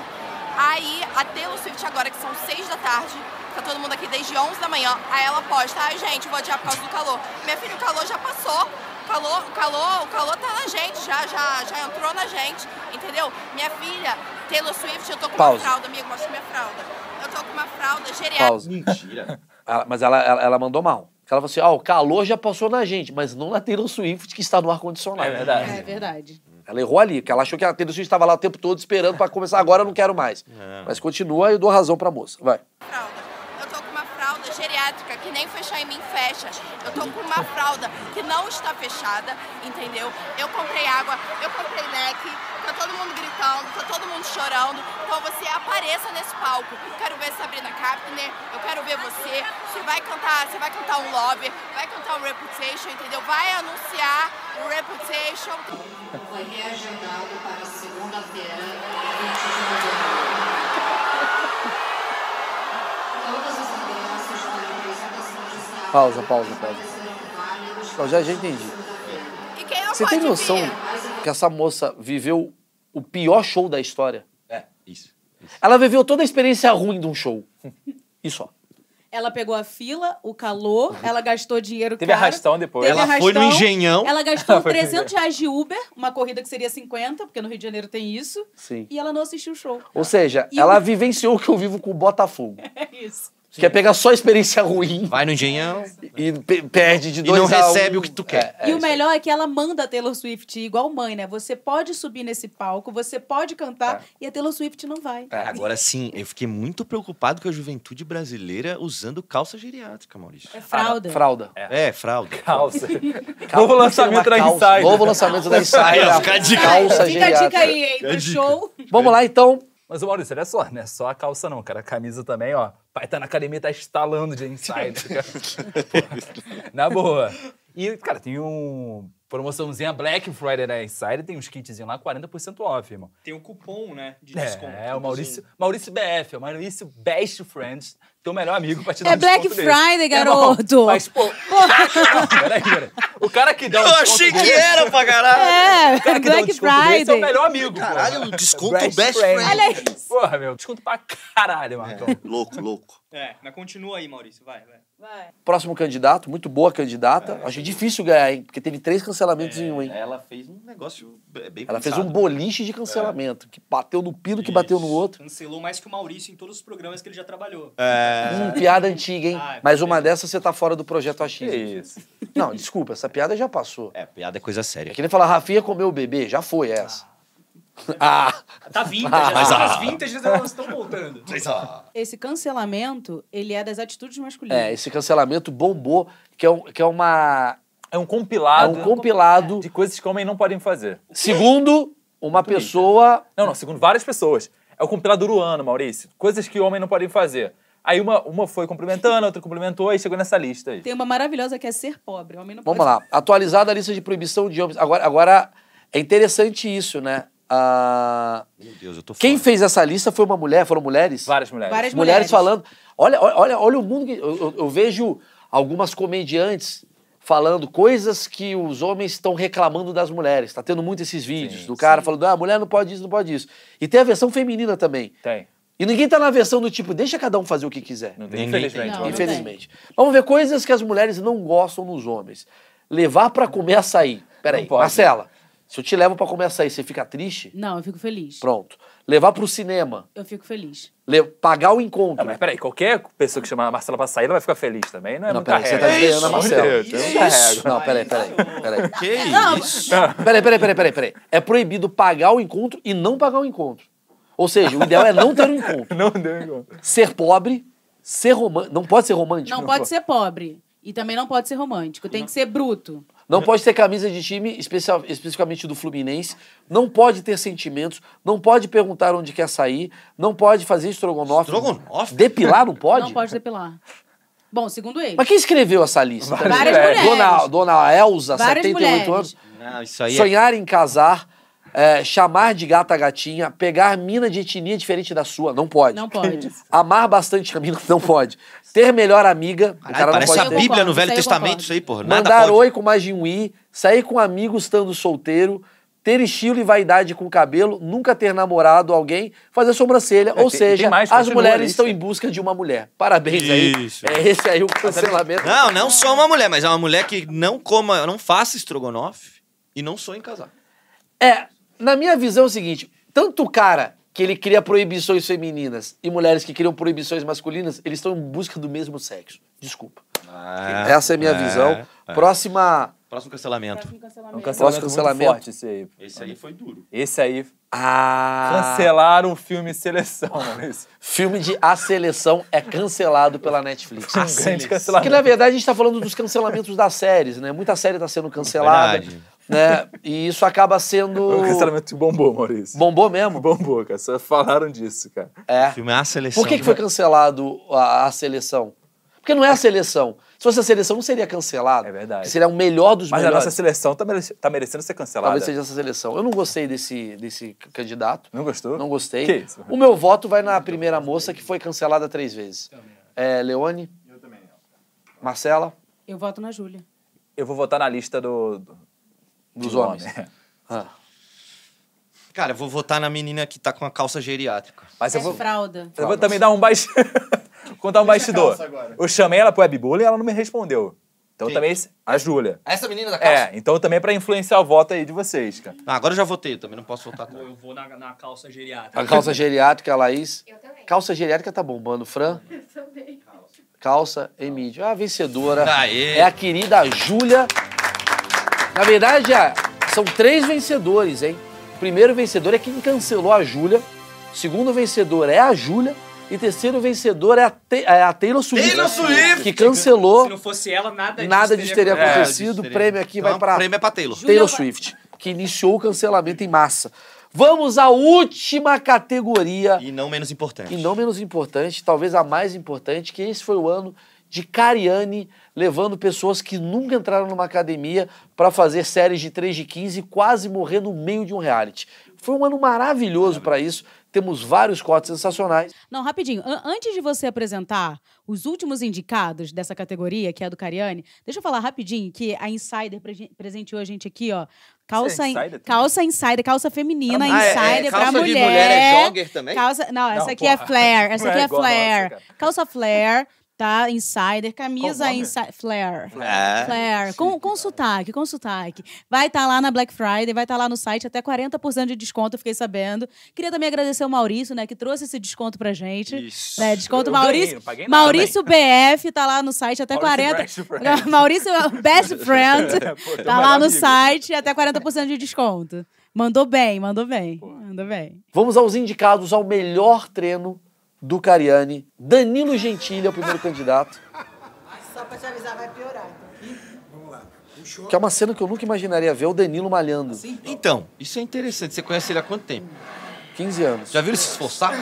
S12: Aí, a Taylor Swift agora, que são 6 da tarde, tá todo mundo aqui desde 11 da manhã, aí ela posta, ai gente, vou adiar por causa do calor. Minha filha, o calor já passou, o calor, o calor, o calor tá na gente, já, já, já entrou na gente, entendeu? Minha filha, Taylor Swift, eu tô com
S1: Pausa.
S12: uma fralda, amigo, mostra minha fralda. Eu tô com uma fralda
S3: É.
S12: geriátrica.
S1: Pausa.
S2: Mentira.
S1: Ela- mas ela, ela, ela mandou mal. Ela falou assim: ó, o calor já passou na gente, mas não na Taylor Swift que está no ar-condicionado.
S3: É verdade.
S4: É verdade.
S1: Ela errou ali, porque ela achou que a Taylor Swift estava lá o tempo todo esperando para começar. Agora eu não quero mais.
S2: É.
S1: Mas continua e eu dou razão pra moça. Vai.
S12: fralda. Eu tô com uma fralda geriátrica que nem fechar em mim fecha. Eu tô com uma fralda que não está fechada, entendeu? Eu comprei água, eu comprei leque, tá todo todo mundo gritando, tá todo mundo chorando. Então você apareça nesse palco. Eu quero ver Sabrina Carpenter, eu quero ver você. Você vai cantar, você vai cantar um lobby, vai cantar um reputation, entendeu? Vai anunciar o reputation.
S13: Foi reagendado para segunda-feira, 20 de novembro. Todas as ingressos para apresentação de sábado
S1: Pausa, pausa, pausa. Eu já, já entendi.
S12: E quem não
S1: Você
S12: pode
S1: tem noção
S12: vir?
S1: que essa moça viveu o pior show da história?
S2: É, isso.
S1: Ela viveu toda a experiência ruim de um show. E só.
S4: Ela pegou a fila, o calor, ela gastou dinheiro
S1: Teve
S4: caro,
S1: arrastão depois.
S4: teve
S1: Ela foi no Engenhão.
S4: Ela gastou
S1: Ela foi pro
S4: 300 reais de Uber, uma corrida que seria 50, porque no Rio de Janeiro tem isso.
S1: Sim.
S4: E ela não assistiu o show.
S1: Ou seja,
S4: E
S1: ela
S4: o-
S1: vivenciou o que eu vivo com o Botafogo.
S4: É isso.
S1: Quer pegar só a experiência ruim.
S2: Vai no engenhão.
S1: E pe- perde de
S2: E
S1: dois
S2: não
S1: a um.
S2: recebe o que tu quer.
S1: É,
S4: e
S1: é,
S4: o melhor é que ela manda a Taylor Swift igual mãe, né? Você pode subir nesse palco, você pode
S3: É.
S4: cantar, e a Taylor Swift não vai.
S2: É, Agora sim, eu fiquei muito preocupado com a juventude brasileira usando calça geriátrica, Maurício.
S4: É fralda.
S1: Ah, fralda.
S2: É, é, fralda.
S3: Calça.
S1: Novo lançamento da Insider. Novo lançamento da Insider.
S2: Aí, ó, fica a dica.
S1: Calça
S4: Fica a
S1: geriátrica.
S4: dica aí, hein? Pro show.
S1: Vamos lá, então.
S3: Mas, ô, Maurício, olha só, não é só a calça, não, cara. A camisa também, ó. Pai tá na academia, tá estalando de insider. cara. na boa. E, cara, tem um promoçãozinha Black Friday na Insider, tem uns kitzinhos lá, 40% off, irmão.
S10: Tem o cupom, né? De desconto.
S3: É, é o Maurício, Maurício BF, é o Maurício Best Friends, teu melhor amigo pra te dar
S4: É
S3: um desconto
S4: Black
S3: desse.
S4: Friday,
S3: Irmão,
S4: garoto.
S3: Mas, pô, peraí, peraí. O cara que dá um
S2: Eu
S3: desconto
S2: achei que
S3: desse-
S2: era pra caralho.
S4: É,
S3: O cara que dá um
S4: Black
S3: desconto desse é
S4: Friday.
S3: o melhor amigo.
S2: Caralho,
S3: porra.
S2: desconto Best Friend.
S4: Olha isso.
S3: Porra, meu, desconto pra caralho,
S1: É.
S3: Então, Marcão.
S2: Louco, louco.
S10: É, mas continua aí, Maurício, vai, vai.
S1: Próximo candidato, muito boa candidata. Acho difícil ganhar, hein? Porque teve três cancelamentos em um, hein?
S2: Ela fez um negócio b- bem
S1: Ela fez
S2: pensado.
S1: um boliche de cancelamento, que bateu no pino, que bateu no outro.
S10: Cancelou mais que o Maurício em todos os programas que ele já trabalhou.
S2: É.
S1: Hum, piada antiga, hein? Mas uma dessas você tá fora do projeto AX.
S3: Isso.
S1: Não, desculpa, essa piada já passou.
S2: É, piada é coisa séria.
S1: É que nem falar, Rafinha comeu o bebê, já foi essa. Ah!
S10: Tá vintage,
S1: Mas,
S10: as,
S1: ah.
S10: as vintages elas estão voltando.
S4: Esse cancelamento, ele é das atitudes masculinas.
S1: É, esse cancelamento bombou, que é, um, que é uma.
S3: É um
S1: É
S3: compilado.
S1: um compilado.
S3: De coisas que homens não podem fazer.
S1: Segundo uma pessoa.
S3: Não, não, segundo várias pessoas. É o compilado uruano, Maurício. Coisas que homem não podem fazer. Aí uma, uma foi cumprimentando, a outra cumprimentou e chegou nessa lista aí.
S4: Tem uma maravilhosa que é ser pobre. Homem não
S1: Vamos
S4: pode-
S1: lá. Atualizada a lista de proibição de homens. Agora, agora é interessante isso, né? Ah,
S2: Meu Deus, eu tô
S1: quem fez essa lista foi uma mulher, foram mulheres?
S3: Várias mulheres.
S1: Mulheres,
S4: Várias mulheres.
S1: falando. Olha, olha, olha o mundo que. Eu, eu- eu vejo algumas comediantes falando coisas que os homens estão reclamando das mulheres. Tá tendo muito esses vídeos do cara falando, ah, a mulher não pode isso, não pode isso. E tem a versão feminina também.
S3: Tem.
S1: E ninguém tá na versão do tipo, deixa cada um fazer o que quiser.
S3: Não tem, infelizmente.
S4: tem. Não, não
S1: Infelizmente. Vamos ver coisas que as mulheres não gostam nos homens. Levar pra comer açaí. Peraí,
S3: Não pode.
S1: Marcela, se eu te levo pra comer açaí, você fica triste?
S4: Não, eu fico feliz.
S1: Pronto. Levar pro cinema.
S4: Eu fico feliz.
S1: Le- Pagar o encontro.
S3: Não, mas peraí, qualquer pessoa que chamar a Marcela pra sair, ela vai ficar feliz também, não é?
S1: Não,
S3: muita
S1: peraí, você tá
S3: regra.
S1: desdenhando a Marcela.
S3: Meu Deus, muita regra.
S1: Não, peraí, peraí, peraí.
S2: Que
S4: Não,
S2: isso?
S1: Peraí, peraí, peraí, peraí, peraí. É proibido pagar o encontro e não pagar o encontro. Ou seja, o ideal é não ter um encontro.
S3: Não deu É um encontro.
S1: Ser pobre, ser romântico. Não pode ser romântico.
S4: Não pode ser pobre. E também não pode ser romântico. Tem que ser bruto.
S1: Não pode ter camisa de time, especial- especificamente do Fluminense. Não pode ter sentimentos. Não pode perguntar onde quer sair. Não pode fazer estrogonofe.
S2: Estrogonofe?
S1: Depilar não pode?
S4: Não pode depilar. Bom, segundo ele.
S1: Mas quem escreveu essa lista? É,
S4: Várias mulheres.
S1: Dona, Dona Elza,
S4: Várias
S1: 78 anos.
S4: mulheres.
S2: Não, isso aí é...
S1: Sonhar em casar, é, chamar de gata a gatinha, pegar mina de etnia diferente da sua, não pode.
S4: Não pode.
S1: Amar bastante a mina, não pode. Ter melhor amiga, o
S2: Caralho,
S1: cara não
S2: é parece
S1: pode
S2: a
S1: ter.
S2: Bíblia
S4: concordo,
S2: no Velho
S4: isso aí eu
S2: Testamento,
S4: concordo.
S2: isso aí, porra. Nada
S1: Mandar
S2: pode.
S1: oi com mais de um i, sair com amigo estando solteiro, ter estilo e vaidade com cabelo, nunca ter namorado alguém, fazer sobrancelha, ou
S3: tem-
S1: seja,
S3: tem mais,
S1: as
S3: continua a
S1: mulheres
S3: lista.
S1: estão em busca de uma mulher. Parabéns aí.
S2: Isso.
S1: É esse aí o cancelamento.
S2: Não, não só uma mulher, mas é uma mulher que não coma, não faça estrogonofe e não sonha em casar.
S1: É, na minha visão é o seguinte: tanto o cara que ele cria proibições femininas e mulheres que criam proibições masculinas, eles estão em busca do mesmo sexo. Desculpa.
S2: Ah,
S1: Essa é a minha visão. Próxima.
S2: Próximo cancelamento.
S3: É um
S1: Posso
S3: cancelamento,
S1: cancelamento?
S3: muito forte esse aí.
S2: Esse aí foi duro.
S3: Esse aí,
S1: Ah,
S3: cancelaram o filme Seleção, Maurício.
S1: filme de A Seleção é cancelado pela Netflix.
S3: Um grande
S1: Porque, na
S3: cancelamento.
S1: tá verdade, a gente está falando dos cancelamentos das séries, né? Muita série está tá sendo cancelada.
S2: Verdade.
S1: né? E isso acaba sendo.
S3: É O cancelamento bombou, Maurício.
S1: Bombou mesmo?
S3: Bombou, cara. Só falaram disso, cara.
S1: É. O
S2: filme é a seleção.
S1: Por que, que
S3: né?
S1: foi cancelado a, a seleção? Porque não é a seleção. Se fosse a seleção, não seria cancelado. É verdade. Seria o melhor dos
S3: Mas a
S1: melhores.
S3: nossa seleção tá, merece- tá merecendo ser cancelada.
S1: Talvez seja essa seleção. Eu não gostei desse, desse c- candidato.
S3: Não gostou?
S1: Não gostei.
S3: Que isso?
S1: O meu voto vai na primeira moça que foi cancelada três vezes. É, Leone? Eu também. Marcela?
S4: Eu voto na Júlia.
S3: Eu vou votar na lista do... do-
S1: Dos
S3: de
S1: homens.
S3: nome.
S2: Cara, eu vou votar na menina que tá com a calça geriátrica.
S3: Mas
S4: é fralda.
S3: Eu vou também dar um baixo... Contar um bastidor.
S2: calça agora.
S3: Eu chamei ela pro webbullying e ela não me respondeu. Então também... A Júlia.
S2: Essa menina da calça?
S3: É, então também pra influenciar o voto aí de vocês, cara.
S2: Ah, agora eu já votei, eu também não posso votar.
S10: Eu vou na, na calça geriátrica.
S1: A calça geriátrica, a Laís? Eu também. Calça geriátrica tá bombando. Fran?
S6: Eu também.
S1: Calça Emílio. A vencedora
S2: Aê.
S1: é a querida Júlia. Na verdade, a- são três vencedores, hein? O primeiro vencedor é quem cancelou a Júlia. O segundo vencedor é a Júlia. E o terceiro vencedor é a, Te- é a Taylor Swift.
S10: Taylor Swift!
S1: Que cancelou.
S10: Se não fosse ela, nada
S1: Nada disso teria É, acontecido. O
S2: teria-
S1: prêmio aqui
S2: Então,
S1: vai para
S2: É, prêmio é pra Taylor.
S1: Taylor
S2: Julia-
S1: Swift, que iniciou o cancelamento em massa. Vamos à última categoria.
S2: E não menos importante.
S1: E não menos importante, talvez a mais importante, que esse foi o ano de Cariani levando pessoas que nunca entraram numa academia para fazer séries de 3 de 15 e quase morrer no meio de um reality. Foi um ano maravilhoso para isso. Temos vários cortes sensacionais.
S4: Não, rapidinho. An- antes de você apresentar os últimos indicados dessa categoria, que é a do Cariani, deixa eu falar rapidinho que a Insider presen- presenteou a gente aqui, ó. Calça,
S12: é
S4: in-
S12: Insider também?
S4: calça Insider, calça feminina,
S12: Ah, é, é,
S4: Insider pra
S12: calça de
S4: mulher.
S12: mulher é jogger também?
S4: Calça, não, essa
S12: Não,
S4: aqui é
S12: porra.
S4: flare. Essa
S12: Não
S4: aqui
S12: é
S4: é,
S12: igual a
S4: flare. calça flare, tá? Insider. Camisa
S12: nome?
S4: Insider. Flare.
S12: É.
S4: Flare. Com, com sotaque, com sotaque. Vai estar lá na Black Friday, vai estar lá no site, até 40% de desconto, eu fiquei sabendo. Queria também agradecer o Maurício, né, que trouxe esse desconto pra gente.
S2: Isso.
S4: Né, desconto
S12: Eu
S4: Maurício.
S12: ganhei, não paguei nada
S4: Maurício BF tá lá no site até
S12: Maurício
S4: 40.
S12: Best Friend.
S4: Maurício é Best Friend
S12: Pô, teu
S4: tá
S12: melhor
S4: lá no
S12: amigo.
S4: site até 40% de desconto. Mandou bem, mandou bem. Mandou bem.
S1: Vamos aos indicados ao melhor treino do Cariani. Danilo Gentili é o primeiro candidato,
S14: Só pra te avisar, vai piorar. Então. Vamos lá.
S1: que é uma cena que eu nunca imaginaria ver, o Danilo malhando.
S2: Então, isso é interessante. Você conhece ele há quanto tempo?
S1: 15 anos.
S2: Já viram ele se esforçar?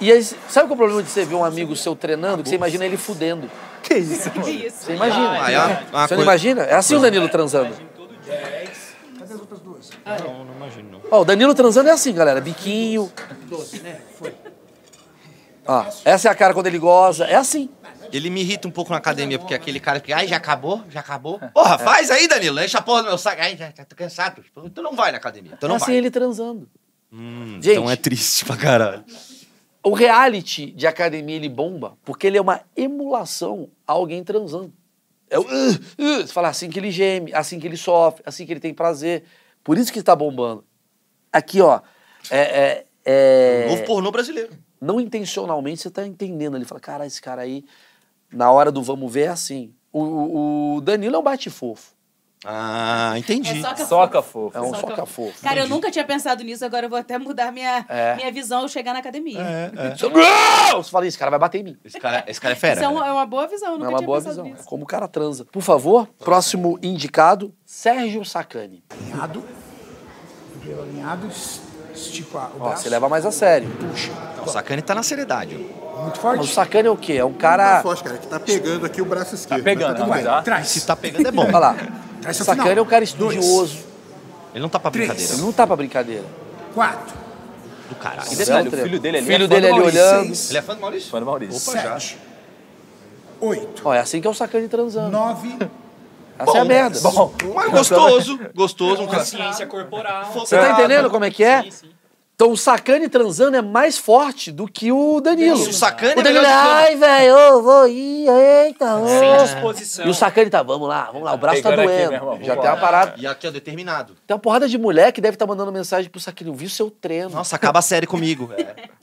S1: E aí, sabe qual é o problema de você ver um amigo seu treinando? Que você imagina ele fudendo. Que isso? Você imagina.
S2: Ah, é uma- uma
S1: você
S2: coisa-
S1: não imagina? É assim o Danilo transando.
S14: Cadê as outras duas?
S2: Não, não imagino. não.
S1: Ó, o Danilo transando é assim, galera. Biquinho.
S14: Doce, né? Foi.
S1: Ó, essa é a cara quando ele goza. É assim.
S2: Ele me irrita um pouco na academia, porque é aquele cara que, ai, já acabou, já acabou. Porra,
S1: É.
S2: faz aí, Danilo, enche a porra do meu saco. Ai, já, já tô cansado. Então não vai na academia, então
S1: é
S2: não
S1: assim
S2: vai.
S1: ele transando.
S2: Hum,
S1: Gente.
S2: Então é triste pra caralho.
S1: O reality de academia ele bomba porque ele é uma emulação a alguém transando. É o. "Ugh, ugh", você fala assim que ele geme, assim que ele sofre, assim que ele tem prazer. Por isso que está bombando. Aqui, ó. É. é, é-
S2: Novo pornô brasileiro.
S1: não intencionalmente você tá entendendo. Ele fala, cara, esse cara aí, na hora do vamos ver, é assim. O- O, o Danilo é um bate-fofo.
S2: Ah, entendi.
S4: É soca fofo.
S3: fofo.
S1: É um
S4: Soca
S1: soca-fofo.
S4: Cara, eu nunca tinha pensado nisso, agora eu vou até mudar minha,
S1: É.
S4: minha visão ao chegar na academia.
S1: Você, não! Você fala, esse cara vai bater em mim.
S2: Esse cara, esse cara é
S4: Isso é uma, é uma boa visão, eu
S1: Não
S4: nunca
S1: é uma
S4: tinha
S1: boa
S4: pensado
S1: visão.
S4: nisso.
S1: É como o cara transa. Por favor, próximo indicado, Sérgio Sacani.
S14: Alinhado. Primeiro alinhado, es- estico a- o
S1: Ó,
S14: braço.
S1: você leva mais a sério.
S14: Puxa.
S2: O Sacani tá na seriedade.
S14: Muito
S1: Mas O Sacani é o quê? É um cara...
S14: forte, cara, que tá pegando aqui o braço esquerdo.
S1: pegando,
S14: mas tá tudo
S1: né?
S14: bem.
S1: Mas, ó,
S14: Traz.
S2: Se tá pegando é bom.
S1: Olha lá.
S14: Traz seu
S1: Sacani
S14: Tá final.
S1: é um cara estudioso.
S2: Ele não tá pra brincadeira.
S1: Ele não tá pra brincadeira.
S14: Quatro.
S2: Do caralho.
S1: E detalhe, o filho dele ali Filho é fã dele do ali Maurício. olhando.
S2: Ele é fã do Maurício?
S3: Fã do Maurício.
S2: Opa, já.
S14: Oito.
S1: Ó, é assim que é o Sacani transando.
S14: Nove.
S1: Essa é a
S2: Bom,
S1: merda.
S2: bom. Mas gostoso, gostoso. Um cara...
S1: É.
S10: Consciência corporal.
S1: Você tá
S2: Ah,
S1: entendendo como é que é? Então o Sacani transando é mais forte do que o Danilo.
S2: O Sacani
S1: o
S2: é
S1: Danilo,
S2: melhor do que o
S1: ai, velho, eu vou ir, eita, ô."
S2: Sem disposição.
S1: E o Sacani tá, vamos lá, vamos lá, o braço tá
S2: Pegando aqui,
S1: doendo.
S2: meu irmão,
S1: Já
S2: vambora.
S1: tem uma parada.
S2: E aqui é determinado.
S1: Tem uma porrada de mulher que deve estar mandando mensagem pro Sacani, eu vi o seu treino.
S2: Nossa, acaba a série comigo.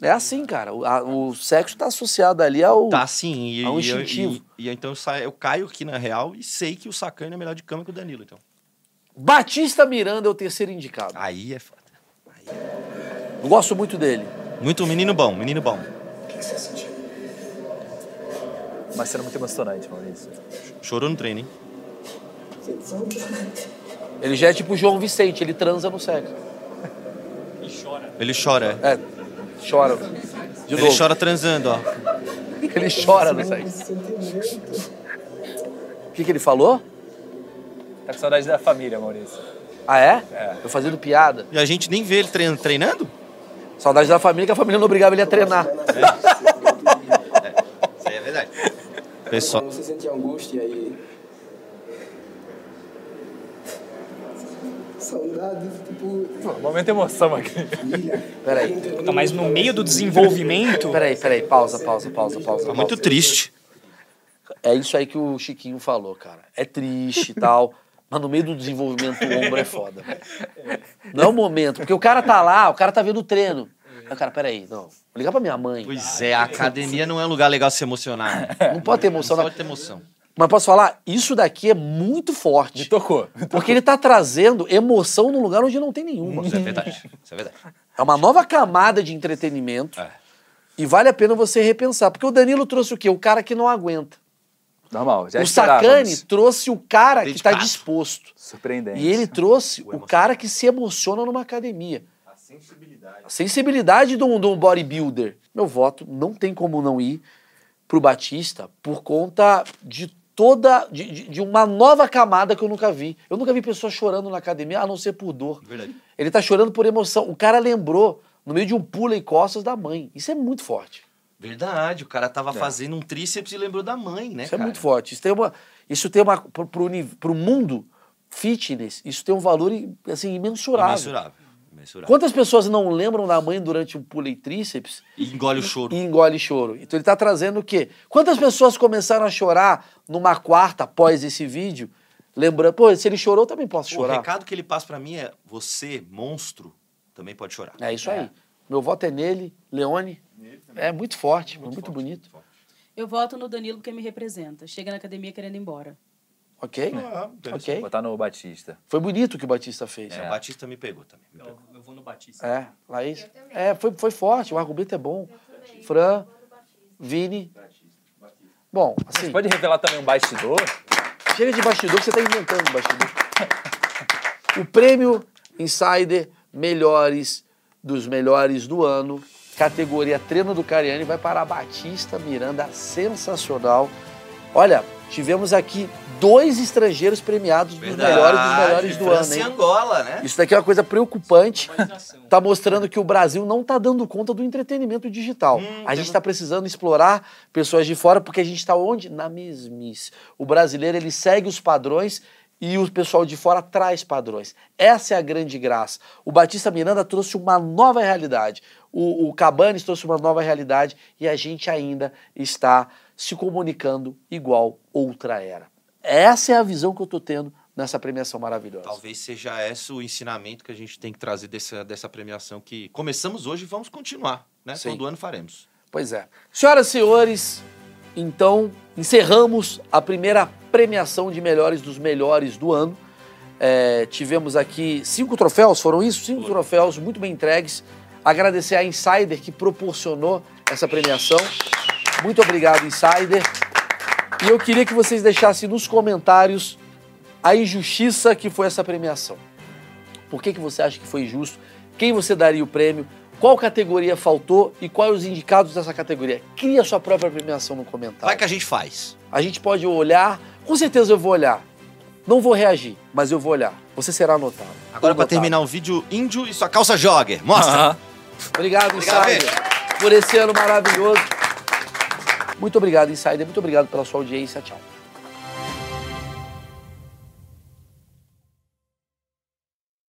S1: É assim, cara, o, a- o sexo tá associado ali ao...
S2: Tá sim. E,
S1: É um
S2: e eu-
S1: instintivo.
S2: E, e então eu, saio, eu caio aqui na real e sei que o Sacani é melhor de cama que o Danilo, então.
S1: Batista Miranda é o terceiro indicado.
S2: Aí é foda.
S1: Eu gosto muito dele.
S2: Muito menino bom, menino bom.
S14: O que que você sentiu?
S3: Uma cena muito emocionante, Maurício.
S2: Chorou no treino, hein?
S1: Ele já é tipo João Vicente, ele transa no sexo.
S2: Ele chora.
S1: É, chora.
S2: ele
S1: novo.
S2: chora transando, ó.
S1: Ele chora no sexo. O que, que ele falou?
S15: Tá com saudade da família, Maurício.
S1: Ah, é? Eu fazendo piada.
S2: E a gente nem vê ele treinando?
S1: Saudade da família, que a família não obrigava ele a treinar.
S2: Isso aí é verdade. Pessoal.
S16: Você sente angústia e. Saudade, tipo.
S15: Momento emoção aqui.
S1: Peraí.
S10: Tá, mas no meio do desenvolvimento.
S1: Peraí, peraí, pausa, pausa, pausa, pausa.
S2: Tá muito
S1: pausa.
S2: triste.
S1: É isso aí que o Chiquinho falou, cara. É triste e tal. Mas no meio do desenvolvimento o ombro é foda. velho. Não é o momento, porque o cara tá lá, o cara tá vendo o treino. Aí, cara, peraí, não. Vou ligar pra minha mãe.
S2: Pois é, a academia não é um lugar legal se emocionar.
S1: Não pode ter emoção, né?
S2: Não
S1: não.
S2: pode ter emoção.
S1: Mas posso falar? Isso daqui é muito forte. Me
S15: tocou.
S1: Porque ele tá trazendo emoção num lugar onde não tem nenhuma.
S2: Isso é verdade. Isso é verdade.
S1: É uma nova camada de entretenimento.
S15: É.
S1: E vale a pena você repensar. Porque o Danilo trouxe o quê? O cara que não aguenta.
S15: Normal, já
S1: o
S15: esperávamos.
S1: Sacani trouxe o cara que está
S15: Dedicado.
S1: disposto.
S15: Surpreendente.
S1: E ele trouxe o cara que se emociona numa academia. A sensibilidade. A sensibilidade de um, de um bodybuilder. Meu voto não tem como não ir pro Batista por conta de toda. de, de- de uma nova camada que eu nunca vi. Eu nunca vi pessoa chorando na academia, a não ser por dor.
S2: Verdade.
S1: Ele tá chorando por emoção. O cara lembrou, no meio de um pula e costas, da mãe. Isso é muito forte.
S2: Verdade, o cara tava fazendo um tríceps e lembrou da mãe, né,
S1: É. Isso
S2: cara?
S1: é muito forte. Isso tem uma. Isso tem uma. Pro, pro, uni- pro mundo fitness, isso tem um valor i- assim, imensurável.
S2: Imensurável. Imensurável.
S1: Quantas pessoas não lembram da mãe durante um pula e tríceps
S2: E engole o choro.
S1: e engole choro? Então ele tá trazendo o quê? Quantas pessoas começaram a chorar numa quarta após esse vídeo? Lembrando, pô, se ele chorou, eu também posso
S2: O
S1: chorar.
S2: recado que ele passa pra mim é: você, monstro, também pode chorar.
S1: É isso aí. Meu voto é nele, Leone. É muito forte, muito, bonito.
S4: Eu voto no Danilo porque me representa. Chega na academia querendo ir embora.
S1: Ok? ok.
S15: Botar no Batista.
S1: Foi bonito o que o Batista fez.
S2: É, o Batista me pegou também.
S10: Eu vou no Batista.
S1: É, Laís? É, foi, foi forte, o argumento é bom. Fran, Vini. Bom, assim.
S15: Você pode revelar também um bastidor?
S1: Chega de bastidor, que você tá inventando bastidor. O prêmio Insider Melhores dos Melhores do Ano, categoria Treino do Cariani, vai para a Batista Miranda, sensacional. Olha, tivemos aqui dois estrangeiros premiados Um dos melhores dos melhores do ano,
S2: França e
S1: hein?
S2: Angola, né?
S1: Isso daqui é uma coisa preocupante. Tá mostrando que o Brasil não tá dando conta do entretenimento digital. a gente tá precisando explorar pessoas de fora porque a gente tá onde? Na mesmice. O brasileiro, ele segue os padrões e o pessoal de fora traz padrões. Essa é a grande graça. O Batista Miranda trouxe uma nova realidade. O, o Cabanes trouxe uma nova realidade e a gente ainda está se comunicando igual outra era. Essa é a visão que eu tô tendo nessa premiação maravilhosa.
S2: Talvez seja esse o ensinamento que a gente tem que trazer dessa, dessa premiação que começamos hoje e vamos continuar, né?
S1: Sim.
S2: Todo ano faremos.
S1: Pois é. Senhoras e senhores, então encerramos a primeira premiação de melhores dos melhores do ano. É, tivemos aqui cinco troféus, foram isso? Cinco troféus muito bem entregues. Agradecer a Insider que proporcionou essa premiação. Muito obrigado, Insider. E eu queria que vocês deixassem nos comentários a injustiça que foi essa premiação. Por que, que você acha que foi injusto? Quem você daria o prêmio? Qual categoria faltou e quais os indicados dessa categoria? Cria sua própria premiação no comentário.
S2: Vai que a gente faz.
S1: A gente pode olhar, com certeza eu vou olhar. Não vou reagir, mas eu vou olhar. Você será anotado.
S2: Agora, pra terminar o vídeo, índio e sua calça jogger. Mostra.
S1: Obrigado,
S2: Obrigado,
S1: Insider, por esse ano maravilhoso. Muito obrigado, Insider. Muito obrigado pela sua audiência. Tchau.